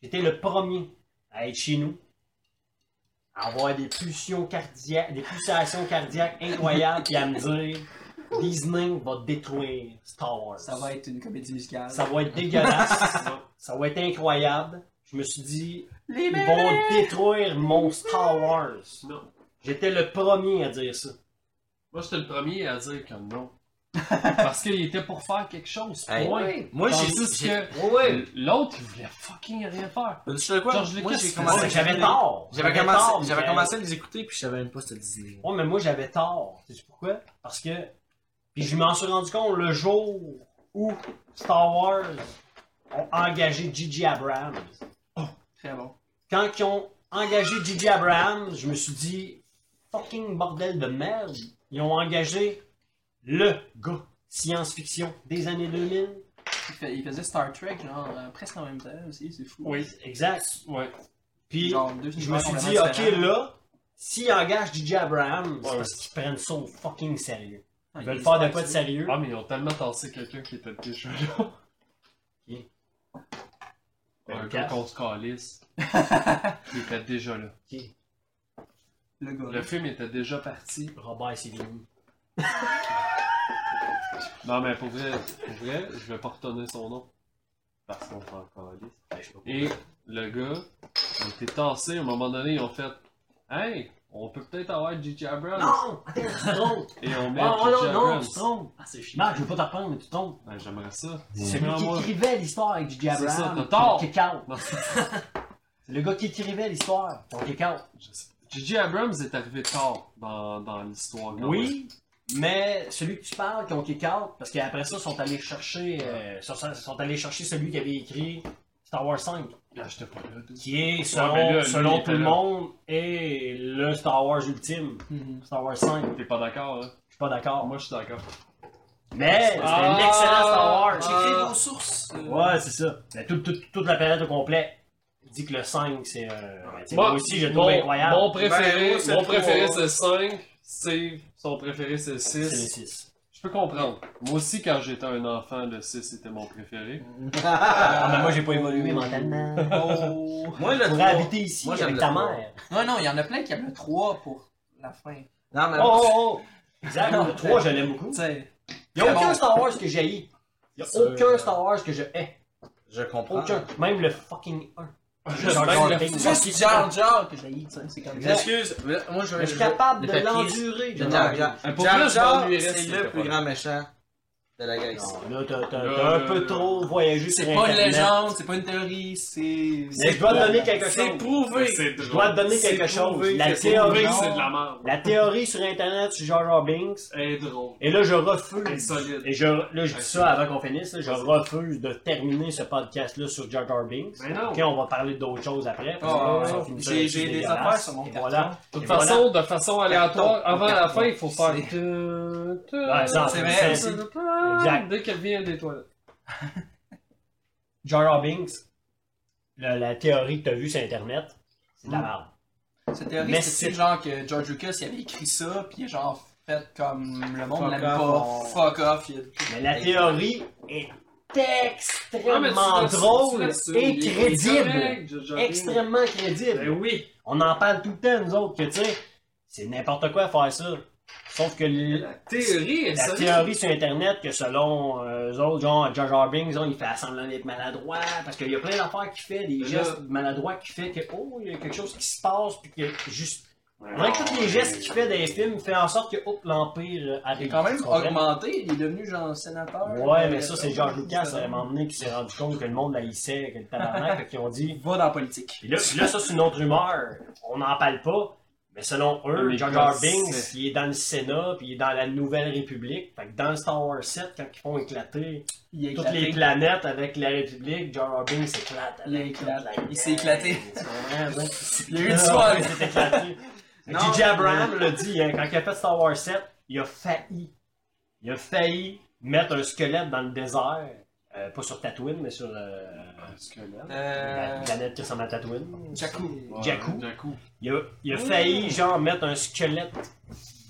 S3: j'étais le premier à être chez nous, à avoir des pulsions cardiaques, des pulsations cardiaques incroyables, puis à me dire Disney va détruire Star Wars.
S2: Ça va être une comédie musicale.
S3: Ça va être dégueulasse. ça va être incroyable. Je me suis dit, ils vont détruire mon Star Wars.
S5: Non.
S3: J'étais le premier à dire ça.
S5: Moi, j'étais le premier à dire que non. Parce qu'il était pour faire quelque chose.
S1: Hey.
S5: point.
S1: Moi, j'ai-
S5: Tandis
S1: j'ai-
S5: que l'autre, il voulait fucking rien faire.
S1: Tu sais quoi?
S5: George Lucas,
S1: Moi, j'ai
S5: c'est-
S1: commencé.
S5: Ouais,
S1: à-
S3: j'avais tort.
S1: J'avais commencé,
S3: tort,
S1: j'avais
S3: Michael.
S1: commencé à les écouter, puis je savais même pas c'était Disney.
S3: Ouais, mais moi j'avais tort. Sais-tu pourquoi? Parce que. Puis je m'en suis rendu compte le jour où Star Wars ont engagé Gigi Abrams.
S2: Très bon.
S3: Quand ils ont engagé Gigi Abrams, je me suis dit, fucking bordel de merde. Ils ont engagé le gars science-fiction des années 2000.
S2: Il, fait- il faisait Star Trek, genre, euh, presque en même temps aussi, c'est fou.
S3: Exact.
S5: Ouais.
S3: Puis
S2: Genre, deux
S3: je me
S2: univers
S3: suis dit,
S2: complètement
S3: ok,
S2: différents.
S3: là, s'ils engagent DJ Abrams, c'est
S5: Ouais.
S3: parce qu'ils prennent ça au fucking sérieux.
S2: Ah,
S3: Ils
S2: il
S3: veulent
S2: est
S3: faire de
S2: Star
S3: quoi de
S2: Trek.
S3: sérieux.
S5: Ah, mais ils ont tellement tassé quelqu'un qui était déjà là.
S3: Qui?
S5: Un
S3: Ben,
S5: gars
S3: Lucas.
S5: qu'on se calisse. qui était déjà là.
S3: Qui?
S9: le gars.
S5: Le film était déjà parti.
S3: Robert Sivigny.
S5: Non, mais pour vrai, pour vrai, je vais pas retenir son nom. Ben, Parce qu'on prend encore Et le gars, il était tassé. À un moment donné, ils ont fait Hey, on peut peut-être avoir J.J. Abrams.
S3: Non! Attends, tu te trompes!
S5: Et on met
S3: Ah, oh,
S5: J.J.
S3: non, non,
S5: Abrams.
S3: tu te trompes! Ah, c'est chiant. Marc, je veux pas t'apprendre, mais tu tombes.
S5: Ben, J'aimerais ça.
S3: C'est lui qui
S5: moi.
S3: écrivait l'histoire avec J.J.
S5: C'est
S3: Abrams.
S5: ça, t'as tort.
S3: Ton kick-out.
S5: Non.
S3: C'est le gars qui écrivait l'histoire. Ton kick-out.
S5: Je sais pas. J.J. Abrams est arrivé tard dans, dans l'histoire. quand même.
S3: Oui, mais celui que tu parles, qui ont kick-out, parce qu'après ça, ils sont allés chercher, euh, sont, sont allés chercher celui qui avait écrit Star Wars 5,
S5: Là, j'étais pas là. tout.
S3: qui est, selon,
S5: mais là, lui, il
S3: selon
S5: était
S3: tout le
S5: là.
S3: monde, est le Star Wars ultime. Star Wars 5,
S5: T'es pas d'accord, hein?
S3: je suis pas d'accord. moi.
S5: Moi, je suis d'accord.
S3: Mais c'était un excellent Star Wars.
S2: Checkez
S3: Ah.
S2: Ah! vos sources. euh,
S3: Ouais, c'est ça. Mais tout- tout- toute la période au complet dit que le 5, c'est. euh, tu sais,
S5: Moi,
S3: moi aussi, j'ai
S5: Mon,
S3: trouvé incroyable.
S5: mon préféré,
S2: Ben, moi, c'est
S5: mon
S2: le
S5: préféré
S2: trois.
S5: c'est le 5. Steve, son préféré c'est le
S3: C'est le
S5: 6.
S3: 6.
S5: Je peux comprendre. Moi aussi, quand j'étais un enfant, le 6 était mon préféré.
S3: Ah, mais moi, j'ai pas évolué mentalement.
S2: oh. Moi, le
S3: On pourrait
S2: 3.
S3: habiter ici
S2: Moi, j'aime
S3: avec
S2: le
S3: ta
S2: trois.
S3: mère.
S2: Non, non, il y en a plein qui aiment le 3 pour la fin.
S1: Non, mais
S2: Ah.
S3: Oh, oh, oh! Exact, le 3, je l'aime beaucoup.
S2: Tu sais,
S3: Il n'y a
S2: Très
S3: aucun
S2: bon.
S3: Star Wars que j'haïs. Il n'y a
S1: C'est sûr.
S3: aucun Star Wars que je hais.
S1: je
S2: ah.
S1: comprends.
S3: Aucun. Même le fucking 1.
S5: Juste le-
S2: juste Jar Jar que j'ai tu sais, c'est comme ça.
S1: Excuse, moi je
S3: Je
S1: vais.
S3: suis capable de
S1: le Patrice.
S3: l'endurer.
S1: Le Jar Jar.
S5: Un peu
S1: Jar
S5: plus,
S1: Jar,
S5: j'ennuierais
S1: c'est
S5: si
S1: le
S5: c'était
S1: plus
S5: pas
S1: grand méchant de la galaxie.
S3: Non, là, t'as- t'as
S5: Là,
S3: t'as un
S5: là,
S3: peu
S5: là.
S3: trop voyagé sur
S2: euh, C'est pas une
S3: Internet.
S2: légende, c'est pas une théorie, c'est.
S3: Mais je dois te donner quelque
S2: C'est
S3: chose.
S2: prouvé.
S5: C'est
S3: Je dois te donner quelque chose. La théorie,
S2: prouvé.
S5: c'est de la merde.
S3: la théorie sur Internet sur Jar Jar Binks.
S5: Elle est drôle.
S3: Et là, je
S5: Elle est
S3: refuse.
S5: solide.
S3: Et je, là, je dis ça avant qu'on finisse. là, je refuse de terminer ce podcast-là sur Jar Jar Binks.
S5: Mais Ben non.
S3: Ok, on va parler d'autres choses après. parce que
S2: Ah,
S3: là, on finit ça
S2: j'ai-
S3: là-dessus,
S2: j'ai des
S3: dégueulasse.
S2: affaires sur mon
S3: Et
S2: carton.
S3: voilà.
S5: De toute
S3: Et
S5: façon, de façon aléatoire,
S2: Carton.
S5: avant la fin, il faut faire.
S2: C'est-
S5: Tu- tu-
S3: Ouais, ça,
S2: C'est
S3: c'est- c'est-
S2: vrai. c'est-
S5: Exact. Dès qu'elle vient des toilettes.
S3: Jar Jar Binks, la, la théorie que t'as vue sur Internet, c'est de la
S2: Mm.
S3: merde.
S2: Cette théorie,
S3: Mais
S2: c'est
S3: c'est-
S2: genre que George Lucas il avait écrit ça, puis il a genre fait comme le
S1: Fuck
S2: monde l'aime
S1: off,
S2: pas,
S1: on-
S2: fuck off. il a-
S3: Mais la
S1: Et-
S3: théorie est
S5: Ah, mais tu
S3: extrêmement
S5: l'as- tu
S3: drôle
S5: l'as su,
S3: et
S5: il est
S3: crédible.
S5: correct, Jar Jar Binks.
S3: Extrêmement crédible.
S5: Ben oui.
S3: On en parle tout le temps, nous autres, que tu sais, c'est n'importe quoi à faire ça. Sauf que l-
S5: La théorie est
S3: la
S5: solide.
S3: théorie sur Internet, que selon euh, eux autres, genre Jar Jar Binks, genre, il fait semblant d'être maladroit, parce qu'il y a plein d'affaires qu'il fait, des
S5: Là-
S3: gestes maladroits qu'il fait, que, oh, il y a quelque chose qui se passe, puis que juste. On dirait que tous les gestes qu'il fait dans les films fait en sorte que, hop, l'Empire euh,
S2: Il est
S3: arrive.
S2: quand même
S3: Tu comprends?
S2: augmenté, il est devenu genre sénateur.
S3: Ouais,
S2: Euh,
S3: mais ça, c'est George Lucas, ça m'a emmené qui s'est rendu compte que le monde haïssait, que le tabarnak, fait qu'ils ont dit.
S2: Il va dans la politique.
S3: Puis là, puis là, ça, c'est une autre rumeur. On n'en parle pas. Mais selon
S2: Ah,
S3: eux,
S5: Mais
S3: Jar
S5: quoi,
S3: Jar Binks,
S5: c'est-
S3: il est dans le Sénat, puis il est dans la Nouvelle République. Fait que dans le Star Wars 7, quand ils font éclater
S2: Il est
S3: toutes les
S2: éclaté.
S3: planètes avec la République, Jar Jar Binks éclate.
S2: Il
S3: avec
S2: éclate.
S3: toute la gang.
S2: Il s'est éclaté.
S3: Tu comprends, hein?
S2: Il y a eu une
S3: Non,
S2: soirée.
S3: il s'est éclaté. Fait que
S2: Non.
S3: J.J. Abrams l'a dit, hein, quand il a fait Star Wars 7, il a failli. Il a failli mettre un squelette dans le désert. euh, pas sur Tatooine, mais sur euh, la
S2: Euh.
S3: planète qui ressemble à Tatooine.
S2: Jakku.
S3: Jakku.
S5: Jakku.
S3: Il a, il a failli, genre, mettre un squelette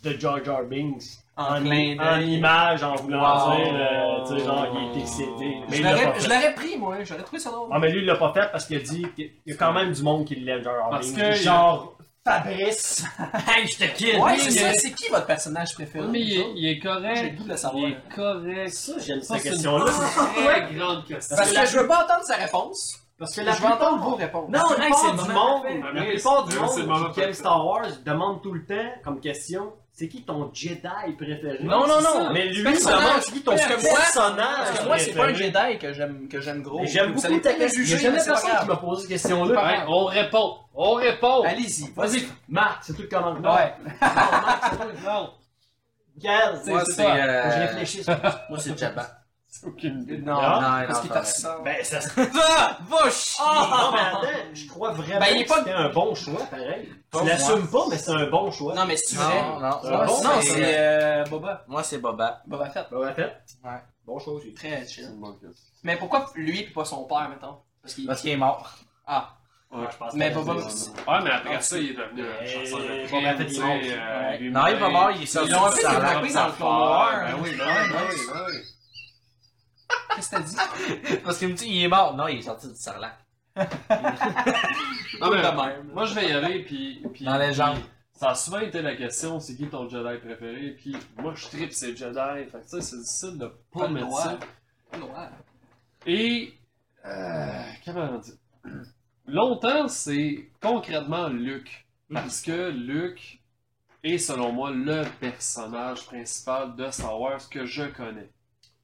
S3: de Jar Jar Binks
S2: En
S3: i-
S2: plein
S3: en
S2: d'œil.
S3: image, en voulant
S2: Wow.
S3: dire, euh, tu sais, genre, il est excédé. Mais
S2: Je
S3: il l'a pas
S2: l'aurais-
S3: fait.
S2: je l'aurais pris, moi, hein. j'aurais trouvé ça drôle.
S3: Ah, mais lui, il l'a pas fait parce qu'il a dit qu'il y a quand même du monde qui l'aime, Jar Jar
S5: Parce
S3: Binks.
S5: que-
S3: genre, Fabrice.
S6: Hey, je te kill!
S2: Ouais,
S6: Oui,
S2: c'est
S6: mais-
S2: ça, c'est qui votre personnage préféré?
S5: Mais il est, il est
S2: J'ai le
S5: correct.
S2: goût de le
S5: Il
S2: savoir.
S5: est correct.
S3: Ça, j'aime
S5: Ça,
S3: cette
S5: c'est une
S3: question-là.
S5: Très grande question.
S2: Parce que je veux pas entendre sa réponse.
S3: Parce que
S2: Je
S3: la
S2: veux entendre vos réponses.
S3: Non,
S6: hey, c'est
S3: c'est
S6: le
S3: du
S6: moment
S3: monde.
S6: parfait.
S3: La
S5: Mais
S3: plupart du
S5: c'est- c'est le
S3: monde
S5: moment
S3: qui aime
S5: parfait.
S3: Star Wars demande tout le temps comme question c'est qui ton Jedi préféré
S2: Non, non, non.
S3: Mais lui,
S2: Personnage.
S3: demande c'est qui ton
S2: Parce que moi-
S3: personnage
S2: Parce que moi, c'est pas un
S3: euh, préféré.
S2: Jedi que j'aime, que j'aime gros.
S3: Mais J'aime
S2: Oh, Vous
S3: beaucoup
S2: allez
S3: ta
S2: peut-être me
S3: question. Il y a
S2: juger,
S3: jamais
S2: mais c'est pas
S3: personne qui
S2: grave.
S3: m'a posé cette question-là.
S5: Hey, on répond. On répond.
S2: Allez-y, vas-y.
S3: Marc, c'est tout le commentaire.
S2: Ouais.
S3: Non, Marc, c'est toi. Non. Gaz,
S1: Moi,
S3: c'est
S1: c'est,
S3: toi.
S1: euh,
S3: Faut que Je réfléchis.
S1: Moi c'est Jabba.
S5: Aucune idée.
S2: Non,
S3: Non,
S2: non,
S1: Ah, non,
S2: parce qu'il
S1: ça va.
S2: t'assure.
S3: Ben, ça se
S2: Va! Va chier!
S3: Non, mais attends, je crois vraiment
S2: Ben, il est
S3: que
S2: pas-
S3: c'était un bon choix, pareil.
S1: Pas
S3: Tu l'assumes pas, mais c'est un bon choix.
S2: Non, mais c'est vrai. Ah,
S1: Non, non,
S3: Euh,
S1: moi,
S3: bon,
S2: Non,
S1: c'est-
S2: c'est euh, Boba.
S1: Moi c'est Boba.
S2: Boba Fett.
S3: Bon, attends.
S2: Ouais.
S3: Ben, Bon choix aussi.
S2: Très chill.
S5: C'est une bonne question.
S2: Mais pourquoi lui et pas son père, mettons? Parce qu'il.
S1: Parce qu'il est mort.
S2: Ah,
S3: Ouais, je pense
S2: mais
S3: que-
S2: Boba.
S5: Ouais, mais après ça, il est devenu un
S3: Euh,
S5: chasseur de
S3: bon, ben,
S5: primes, tu sais,
S3: fait,
S5: euh,
S2: ouais.
S5: lui-même.
S1: Non, il va mort, il est sorti
S2: Ils l'ont
S1: du
S2: fait
S1: salaire.
S2: évacuer dans le clone
S5: Ah,
S2: noir.
S5: Ben oui, ben oui, ben oui, ben oui.
S2: Qu'est-ce que t'as dit?
S1: Parce qu'il me dit il est mort. Non, il est sorti du sarlac.
S5: Non, mais
S2: De même.
S5: moi je vais y aller puis puis
S1: Dans la légende.
S5: puis Ça a souvent été la question, c'est qui ton Jedi préféré? Puis moi, je tripe ces Jedi. Fait que tu sais, c'est difficile de pas
S1: le
S5: mettre
S1: droit.
S5: ça. Et. euh, comment on dit Longtemps, c'est concrètement Luke. Parce que Luke est, selon moi, le personnage principal de Star Wars que je connais.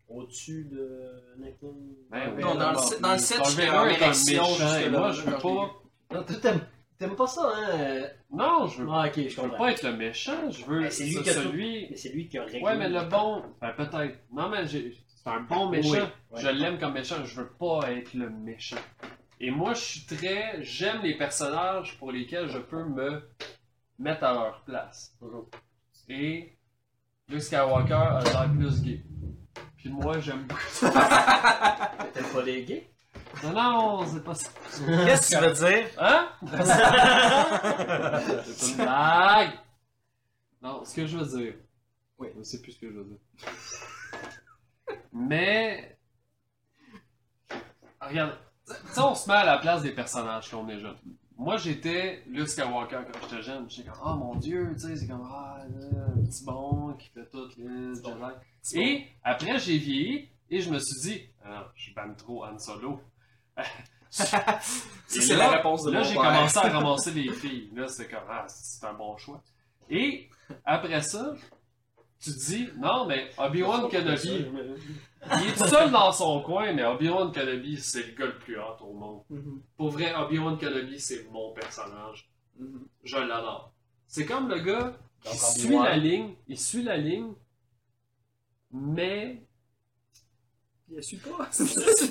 S3: Au-dessus de Anakin.
S6: Ah,
S5: Ben oui,
S1: Non, dans le se- dans le set,
S5: Darth
S1: j'étais
S5: Vader
S1: en
S5: est un
S1: érection
S5: méchant, et
S1: jusque-là,
S5: moi, je veux
S1: quand je l'ai
S5: pas.
S3: Non, toi, t'aimes, t'aimes pas ça, hein? euh,
S5: Non, je veux,
S3: Ah, ok, je
S5: je veux
S3: comprends.
S5: pas être le méchant. Je veux
S3: Ben, c'est lui
S5: ce-
S3: qui a tout-
S5: celui.
S3: Mais c'est lui qui a réglé.
S5: Ouais, mais le bon. Ben, peut-être. Non, mais j'ai- c'est un bon méchant.
S3: Oui,
S5: Je l'aime comme méchant. Je veux pas être le méchant. Et moi, je suis très. J'aime les personnages pour lesquels je peux me mettre à leur place.
S3: Mhm.
S5: Et Luke Skywalker a l'air plus gay. Puis moi, j'aime beaucoup ça.
S3: T'aimes pas les gays?
S5: Non, non, c'est pas ça.
S1: Qu'est-ce que tu veux dire?
S5: Hein? c'est une blague! Non, ce que je veux dire. Oui. Je sais plus ce que je veux dire. Mais. Ah, Regarde. Tu sais, on se met à la place des personnages quand on est jeune. Moi, j'étais Luke Skywalker quand j'étais jeune. J'étais comme, oh mon dieu, tu sais, c'est comme, ah, là, un petit bon qui fait tout, le Jedi. Et après, j'ai vieilli et je me suis dit, ah, non, je banne trop Han Solo.
S8: Si
S5: Et
S8: c'est
S5: là-
S8: la réponse de
S5: Là,
S8: mon
S5: j'ai
S8: père.
S5: commencé à ramasser les filles. Là, c'est comme, ah, c'est un bon choix. Et après ça, tu te dis, non, mais Obi-Wan Kenobi, il est tout seul dans son coin, mais Obi-Wan Kenobi, c'est le gars le plus hot au monde. Pour vrai, Obi-Wan Kenobi, c'est mon personnage. Je l'adore. C'est comme le gars qui suit la ligne, il suit la ligne, mais.
S8: Je suis pas.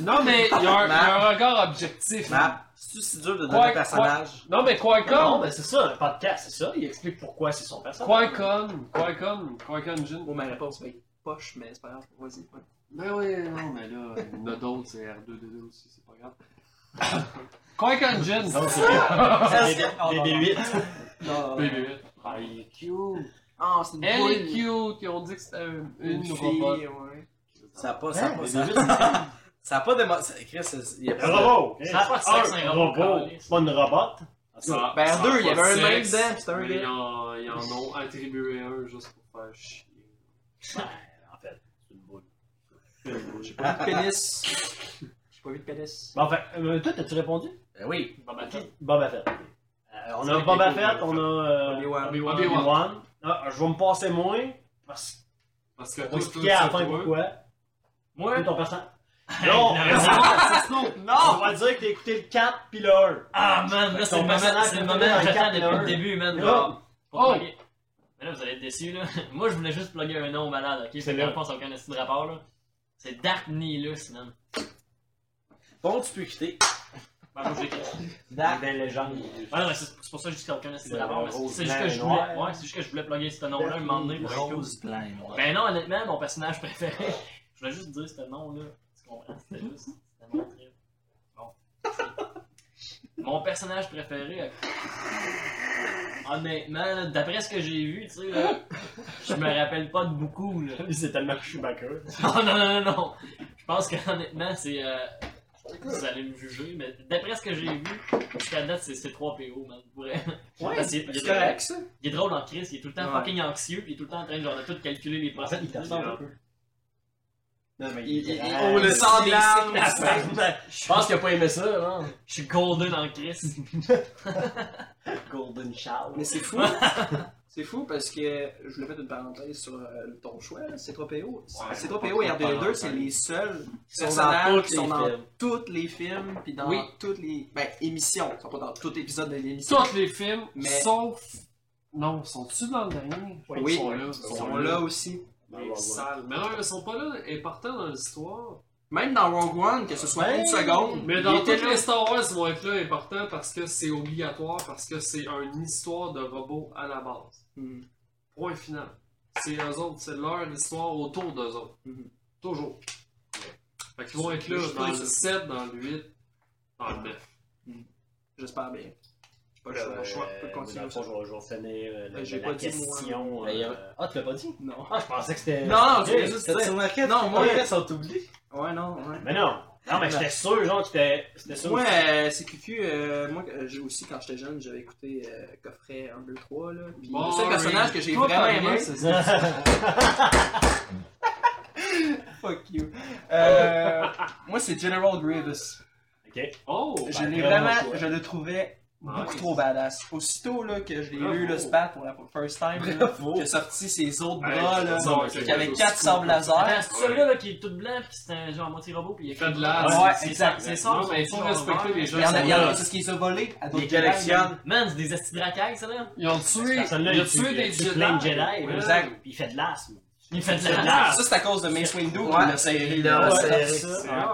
S5: Non, mais il y a un, il y a un regard objectif.
S1: Map, c'est-tu si dur de donner
S5: Ouais,
S1: un personnage?
S5: Non, mais quoi
S3: Non,
S5: comme.
S3: ben c'est ça, le podcast, c'est ça. Il explique pourquoi c'est son personnage.
S5: Qui-Con, Qui-Con, Qui-Con Jinn.
S8: Bon, ma réponse va être poche, mais c'est pas grave. Vas-y. ouais.
S5: Ben ouais, non, mais là, il y en a d'autres, c'est R2D2 aussi, c'est pas grave. Qui-Con Jinn,
S3: Non, c'est
S8: Ah,
S3: c'est
S2: Ah,
S3: BB-8.
S8: Non, non, non.
S5: BB-8.
S3: Ah, il est cute.
S8: Ah, c'est une
S5: Elle est
S8: boule.
S5: cute, ils ont dit que c'était un-
S8: Une
S5: une
S8: fille,
S5: robot.
S8: ouais.
S1: Ça n'a pas, ça a
S3: Hein,
S1: pas, ça a-
S3: BB-8,
S1: ça a pas démo- ça- Chris, c'est- il y a pas
S3: c'est un
S1: de-
S3: robot.
S6: Ça a pas de sexe,
S3: Un
S6: un robot,
S3: robot.
S6: câlisse.
S3: C'est pas une robot.
S8: Ben, deux, il y avait un nain dedans, c'était un gars.
S5: Ils en, ils en ont attribué un juste pour faire chier. Ben,
S3: En fait, c'est une boule.
S5: Ah,
S8: Pénis.
S3: J'ai pas vu de pénis. Bon, enfin, euh, toi, t'as-tu répondu?
S1: Ben oui.
S6: Boba Fett.
S3: Boba Fett. Euh, on a
S6: C'est
S3: Boba
S6: cool,
S3: Fett, on a euh,
S8: Obi-Wan.
S5: Obi-Wan.
S3: Obi-Wan. Ah, je vais me passer moins parce
S5: Parce que
S3: qu'on va
S5: toi, toi,
S3: expliquer à la fin
S5: toi,
S3: pourquoi.
S6: Moi,
S3: Toi, ton personnage. Non, on
S8: ah,
S6: non!
S3: va dire que t'as écouté le 4 puis le 1.
S6: Ah, man, là, c'est le moment, c'est le moment que j'attends depuis le début, man.
S3: Là.
S6: Pour plugger. Mais là, vous allez être déçus, là. Moi, je voulais juste plugger un nom malade, ok?
S3: C'est
S6: C'est
S3: là.
S6: la réponse à aucun esti de rapport, là. C'est Dark Nihilus, man.
S1: Bon, tu peux quitter.
S6: Ben, moi, je l'ai quitté.
S8: Ah.
S1: Dark.
S3: Ben, légende.
S6: Ouais, non, mais Ah, c'est c'est pour ça juste qu'il y a aucun esti de rapport, mais c'est- c'est juste que je
S3: Blanc,
S6: voulais.
S3: noir.
S6: Ouais, c'est juste que je voulais plugger ce nom-là un moment donné pour être cool.
S1: Rose plein, moi.
S6: Ben non, honnêtement, mon personnage préféré, je voulais juste dire ce nom-là. Tu comprends? C'était juste. C'était mon trip. Bon. Mon personnage préféré, euh, honnêtement, là, d'après ce que j'ai vu, tu sais, là, je me rappelle pas de beaucoup. Là.
S3: Lui, c'est tellement Chewbacca.
S6: Non, non, non, non, non. Je pense que honnêtement, c'est. euh, Vous allez me juger, mais d'après ce que j'ai vu, jusqu'à date, c'est c'est 3 PO, man. pour vrai. Parce qu'il- il, est,
S1: ça.
S6: il est drôle en crise, il est tout le temps fucking anxieux, puis il est tout le temps en train genre, de tout calculer les
S3: En fait, il
S6: possibilités.
S3: te ressemble un
S6: là.
S3: peu. Non, mais
S8: Il- il-
S3: Ah,
S8: on le
S3: c'est-
S8: sent des
S3: Ah,
S8: cycles.
S3: ben, Je pense qu'il a pas aimé ça,
S1: hein.
S3: non?
S6: Je suis golden en crise.
S3: Golden Shower.
S8: Mais c'est fou. c'est fou parce que je voulais mettre une parenthèse sur euh, ton choix, là, C3PO. C3PO et R2D2, c'est les seuls personnages qui sont dans tous les films, puis dans
S5: Oui.
S8: toutes les ben, émissions. Ils sont pas dans tout épisode de l'émission.
S5: Tous les films,
S8: Mais-
S5: sauf. Non, sont-tu dans le dernier?
S3: Oui.
S5: Ils sont là.
S8: Ils sont là aussi.
S5: Sales. Mais non, ils sont pas là, importants dans l'histoire.
S8: Même dans Rogue One, que ce soit
S3: Ouais.
S8: une seconde,
S5: Mais
S8: il
S5: dans
S8: était
S5: toutes
S8: là.
S5: les Star Wars, ils vont être là importants parce que c'est obligatoire, parce que c'est une histoire de robot à la base.
S8: Hmm.
S5: Point final. C'est eux autres, c'est leur histoire autour d'eux autres.
S3: Mm-hmm.
S8: Mhm.
S5: Toujours. Fait qu'ils vont être là
S8: Je sais
S5: dans
S8: pas,
S5: le
S8: ça.
S5: 7, dans le Ah, 8, dans le 9.
S8: J'espère bien. J'ai pas le choix,
S3: Euh,
S8: le choix, je peux continuer
S3: dans le
S8: ça.
S3: fond, je vais- je vais finir euh, la,
S8: Ben, j'ai
S3: la
S8: pas dit,
S3: question.
S1: Ben, il y a-
S3: euh, Ah, tu l'as pas dit?
S8: Non.
S3: Ah, je pensais que c'était.
S8: Non, non,
S3: Ok.
S8: je voulais juste
S1: T'as-tu
S8: dire.
S1: remarqué?
S8: Non, moi-
S1: les gars sont oubliés.
S8: Ouais, non, ouais.
S3: Mais non! Non, mais j'étais sûr, genre, que t'es- c'était sûr.
S2: Moi, euh, CQQ, euh, moi euh, j'ai aussi, quand j'étais jeune, j'avais écouté euh, Coffret 1, 2, 3. Là, puis le seul
S10: Boring.
S2: personnage que j'ai
S10: Toi,
S2: vraiment
S10: t'en
S2: aimé,
S10: es, c'est
S2: fuck you. Euh, moi, c'est General Grievous.
S10: Oh!
S5: Ben,
S2: Je l'ai
S3: vraiment,
S2: ben, vraiment,
S3: toi.
S2: je le trouvais beaucoup
S10: Nice.
S2: trop badass. Aussitôt là, que je l'ai
S10: Bravo.
S2: eu le spat pour la first time, là, qui a sorti ses autres
S10: Ouais,
S2: bras, là,
S10: c'est ça, ouais,
S2: qui
S10: c'est
S2: avait
S10: aussi
S2: quatre
S10: cool.
S2: sables laser.
S6: Attends, c'est celui-là là, qui est tout blanc, puis c'est un genre moitié robot, puis il y a
S5: Fait de
S6: la.
S5: la-
S2: Ouais,
S6: c'est
S2: exact.
S6: ça, c'est ça.
S10: Non, mais il faut respecter les
S2: Il y en a, il y en a,
S10: gens.
S2: c'est ce qu'ils ont volé à
S1: Les
S2: d'autres
S1: collectionnes.
S6: Man, c'est des astis de racailles, ça là.
S5: Ils ont tué,
S3: Personne-là,
S5: ils ont
S3: il
S5: tué
S3: tue-
S5: des
S3: il tue plein de
S5: Jedi.
S3: Jedi, ouais.
S2: Exact.
S3: Puis il fait de l'asthme.
S6: Il fait de
S2: Jedi.
S6: la
S2: Ça, c'est à cause de Mace Windu qui l'a serré.
S1: Il l'a
S2: là.
S1: serré.
S2: C'est
S3: ça.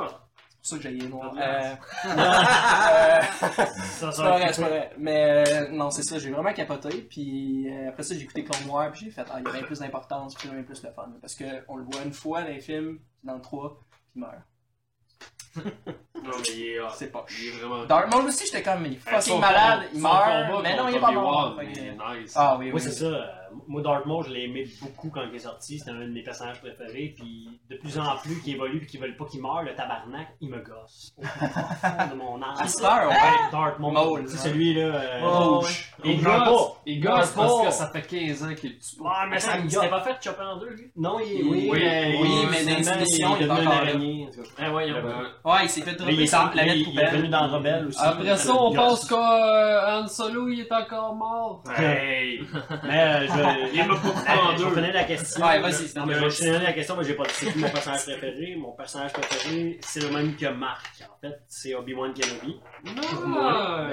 S2: pour ça que j'ai les noirs.
S6: Ah,
S2: Euh, euh,
S3: Ça,
S2: C'est
S3: ça
S2: pas
S3: va
S2: vrai,
S3: être
S2: c'est pas vrai. Mais euh, non, c'est ça, j'ai vraiment capoté. Puis euh, après ça, j'ai écouté Clone Wars, puis j'ai fait, ah, il y a bien plus d'importance, puis il y a bien plus de fun. Parce qu'on le voit une fois dans les films, puis dans le 3, puis il meurt.
S10: Non, mais il est hot.
S2: C'est pas
S10: Il est vraiment.
S2: Dark Maul aussi, j'étais comme, il est
S10: Hey, son
S2: fucking malade,
S10: com-
S2: il
S10: son combat
S2: meurt, mais non,
S10: contre
S2: il est pas
S10: Obi-Wan,
S2: mort. Fait
S10: il est
S2: que-
S10: nice.
S2: Ah oui,
S3: Oui,
S2: oui.
S3: c'est ça. Euh, Moi, Darth Maul, je l'ai aimé beaucoup quand il est sorti. C'était un de mes personnages préférés. Puis de plus en plus, qui évolue et qui veulent pas qu'il meure, le tabarnak, il me gosse. Au fond de mon âme.
S2: À cette heure,
S3: Ouais,
S2: ouais.
S3: Darth Maul.
S2: Maul,
S3: C'est
S2: ouais.
S3: celui-là. euh,
S6: Oh,
S3: rouge.
S10: Il
S3: Il
S10: gosse.
S3: veut pas.
S10: Il gosse parce
S3: pas.
S10: que ça fait 15 ans qu'il tue.
S3: Ouais, mais ça me
S6: il s'était
S3: gosse.
S6: pas fait chopper en deux, lui.
S3: Non, il
S10: Oui,
S3: oui, mais,
S2: oui,
S3: il-
S2: mais dans les
S3: finalement,
S2: éditions,
S3: il
S2: il est
S3: est devenu une
S2: encore là.
S3: araignée.
S6: Ah ouais, il a
S10: Euh,
S2: Ouais, il s'est fait
S3: Mais il
S2: dropper
S3: est,
S2: sur la
S3: il-
S2: planète
S3: il est
S2: poubelle.
S3: devenu dans Rebelle aussi.
S5: Après ça, on
S3: Il a-
S5: pense qu'Han Solo, il est encore mort.
S10: Hey!
S3: Mais euh, je. Ah,
S10: Il m'a pas coupé en
S3: Je
S10: deux.
S3: connais la question.
S2: Ouais, vas-y,
S3: Non, mais Ah, je vais finir la question, mais j'ai pas dit c'est qui mon personnage préféré. Mon personnage préféré, c'est le même que Marc. En fait, c'est Obi-Wan Kenobi.
S10: Nice!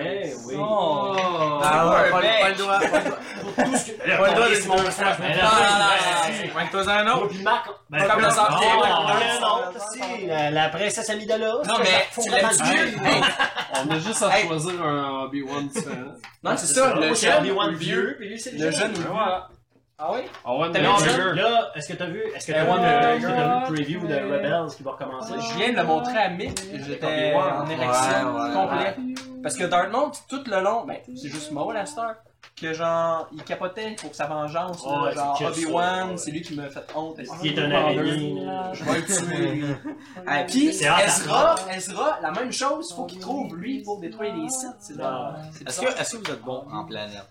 S3: Eh oui.
S2: Oh.
S10: Oh.
S1: Ah ouais, pas le- pas le doigt.
S3: Pour tout ce que.
S1: Pas le doigt de
S3: c'est mon personnage préféré.
S1: Ah, Pointe-toi un autre.
S3: Moi puis Marc. Ben,
S1: Comme
S3: non,
S1: le sortir.
S3: non, non, c'est la, la princesse Amidala.
S2: Non, mais tu l'as tué. Hey,
S5: On a juste à
S2: Hey.
S5: choisir un Obi-Wan différent.
S2: Non, c'est ça, le
S3: Moi, c'est
S2: jeune
S3: Obi-Wan
S2: ou le
S3: vieux,
S2: vieux.
S3: puis lui, c'est le
S2: Le jeune ou le vieux. Ah oui?
S5: Owen
S2: T'avais
S3: Non,
S2: dit-
S5: McGregor.
S3: mais là, est-ce que t'as vu, est-ce que t'as
S2: Eh, One
S3: vu, le-
S5: Direction.
S3: t'as vu le preview de Rebels qui va recommencer?
S2: Je viens de le montrer à Mick, j'étais
S1: Ouais,
S2: en érection
S1: ouais, ouais.
S2: complet. Parce que Darth Maul, tout le long, ben, c'est juste Maul à cette heure, que genre, il capotait pour sa vengeance, là,
S3: Ouais,
S2: genre
S3: c'est que ça,
S2: Obi-Wan,
S3: ouais.
S2: c'est lui qui m'a fait honte. est-ce
S3: Qui est
S2: qu'il
S3: un
S2: vendeur?
S3: araignée.
S2: Je vais le tuer. Ah, Puis,
S3: C'est hâte à
S2: Ezra, Ezra, la même chose, faut qu'il trouve lui pour détruire les sites, c'est genre...
S3: Ah.
S2: c'est
S1: Est-ce
S2: bizarre.
S1: que, est-ce que vous êtes bon en planète?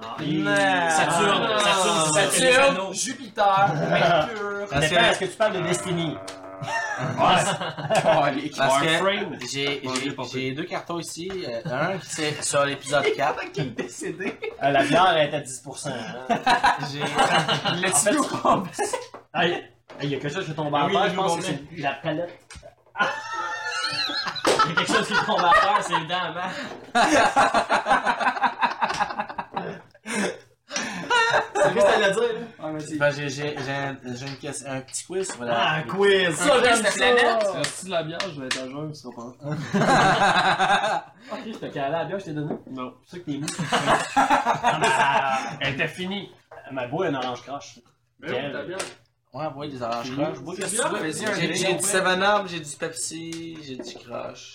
S2: Non.
S3: Saturne,
S2: Ah.
S1: Ah.
S3: Saturne, c'est
S2: Saturne,
S3: Saturne.
S2: Jupiter, Mercure...
S1: Parce que-
S3: Dépend, Est-ce que tu parles de Destiny?
S2: Calique.
S1: Parce que j'ai, j'ai, j'ai deux cartons ici. euh, un qui c'est sur l'épisode 4.
S2: Qui est décédé?
S3: Euh, La bière est à 10%. hein.
S1: J'ai,
S2: Let's go!
S3: Ah, Il il y a quelque chose qui est tombé à
S6: Oui,
S3: terre, je
S6: je
S3: pense
S6: vous
S3: que c'est
S6: comprends.
S3: la palette.
S6: Il y a quelque chose qui tombe à terre, c'est les dents à Marc.
S3: C'est juste à le dire.
S2: Ah, vas-y.
S1: ben, j'ai, j'ai, j'ai, un, j'ai une question- un petit quiz. Voilà.
S3: Ah, un quiz!
S2: Ça, j'aime ça.
S5: Si tu de la bière, je vais être à jeun, ce sera pas.
S3: Ok, je te calais à la bière, je t'ai donné.
S5: Non.
S3: C'est ça que t'es mis. Ah, mais ça- Elle était finie. Ma boue, un orange crache.
S10: Mais oui, t'as bien.
S1: Ouais, ouais, des oranges croches. Bois
S10: C'est
S1: qu'est-ce
S10: bien,
S1: que tu veux.
S10: vas-y, un
S1: J'ai,
S10: drink,
S1: j'ai
S10: ouais.
S1: du 7 Up, j'ai du Pepsi, j'ai du croche.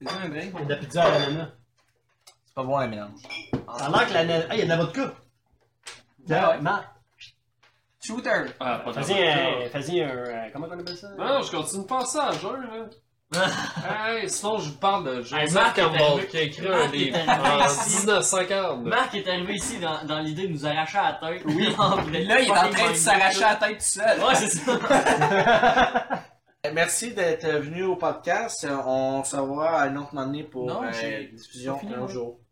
S2: C'est un drink?
S3: De la pizza à l'ananas.
S1: C'est pas bon la mélange.
S3: Ça a l'air que l'ananas. Ah, il y a de la vodka!
S2: Ah ouais.
S3: Marc,
S2: Shooter!
S5: Ah, pas de
S3: fais-y un.
S5: vodka.
S3: Fais-y un. euh, Comment on appelle ça?
S5: Non, je continue de penser à jeun, là. hey, sinon, je vous parle de Joseph
S6: Marc est
S5: Campbell
S6: arrivé-
S5: qui a écrit un
S6: Marc est
S5: livre
S6: arrivé
S5: en
S6: ici.
S5: 1940.
S6: Marc est arrivé ici dans, dans l'idée de nous arracher à la tête. Oui, en vrai.
S2: Là, il est en train de s'arracher la tête tout seul.
S6: Ouais, c'est ça.
S1: Eh, Merci d'être venu au podcast. On se revoit à un autre moment donné pour
S2: Non,
S1: euh,
S2: j'ai-
S1: diffusion
S2: pas fini,
S1: un
S2: moi.
S1: jour.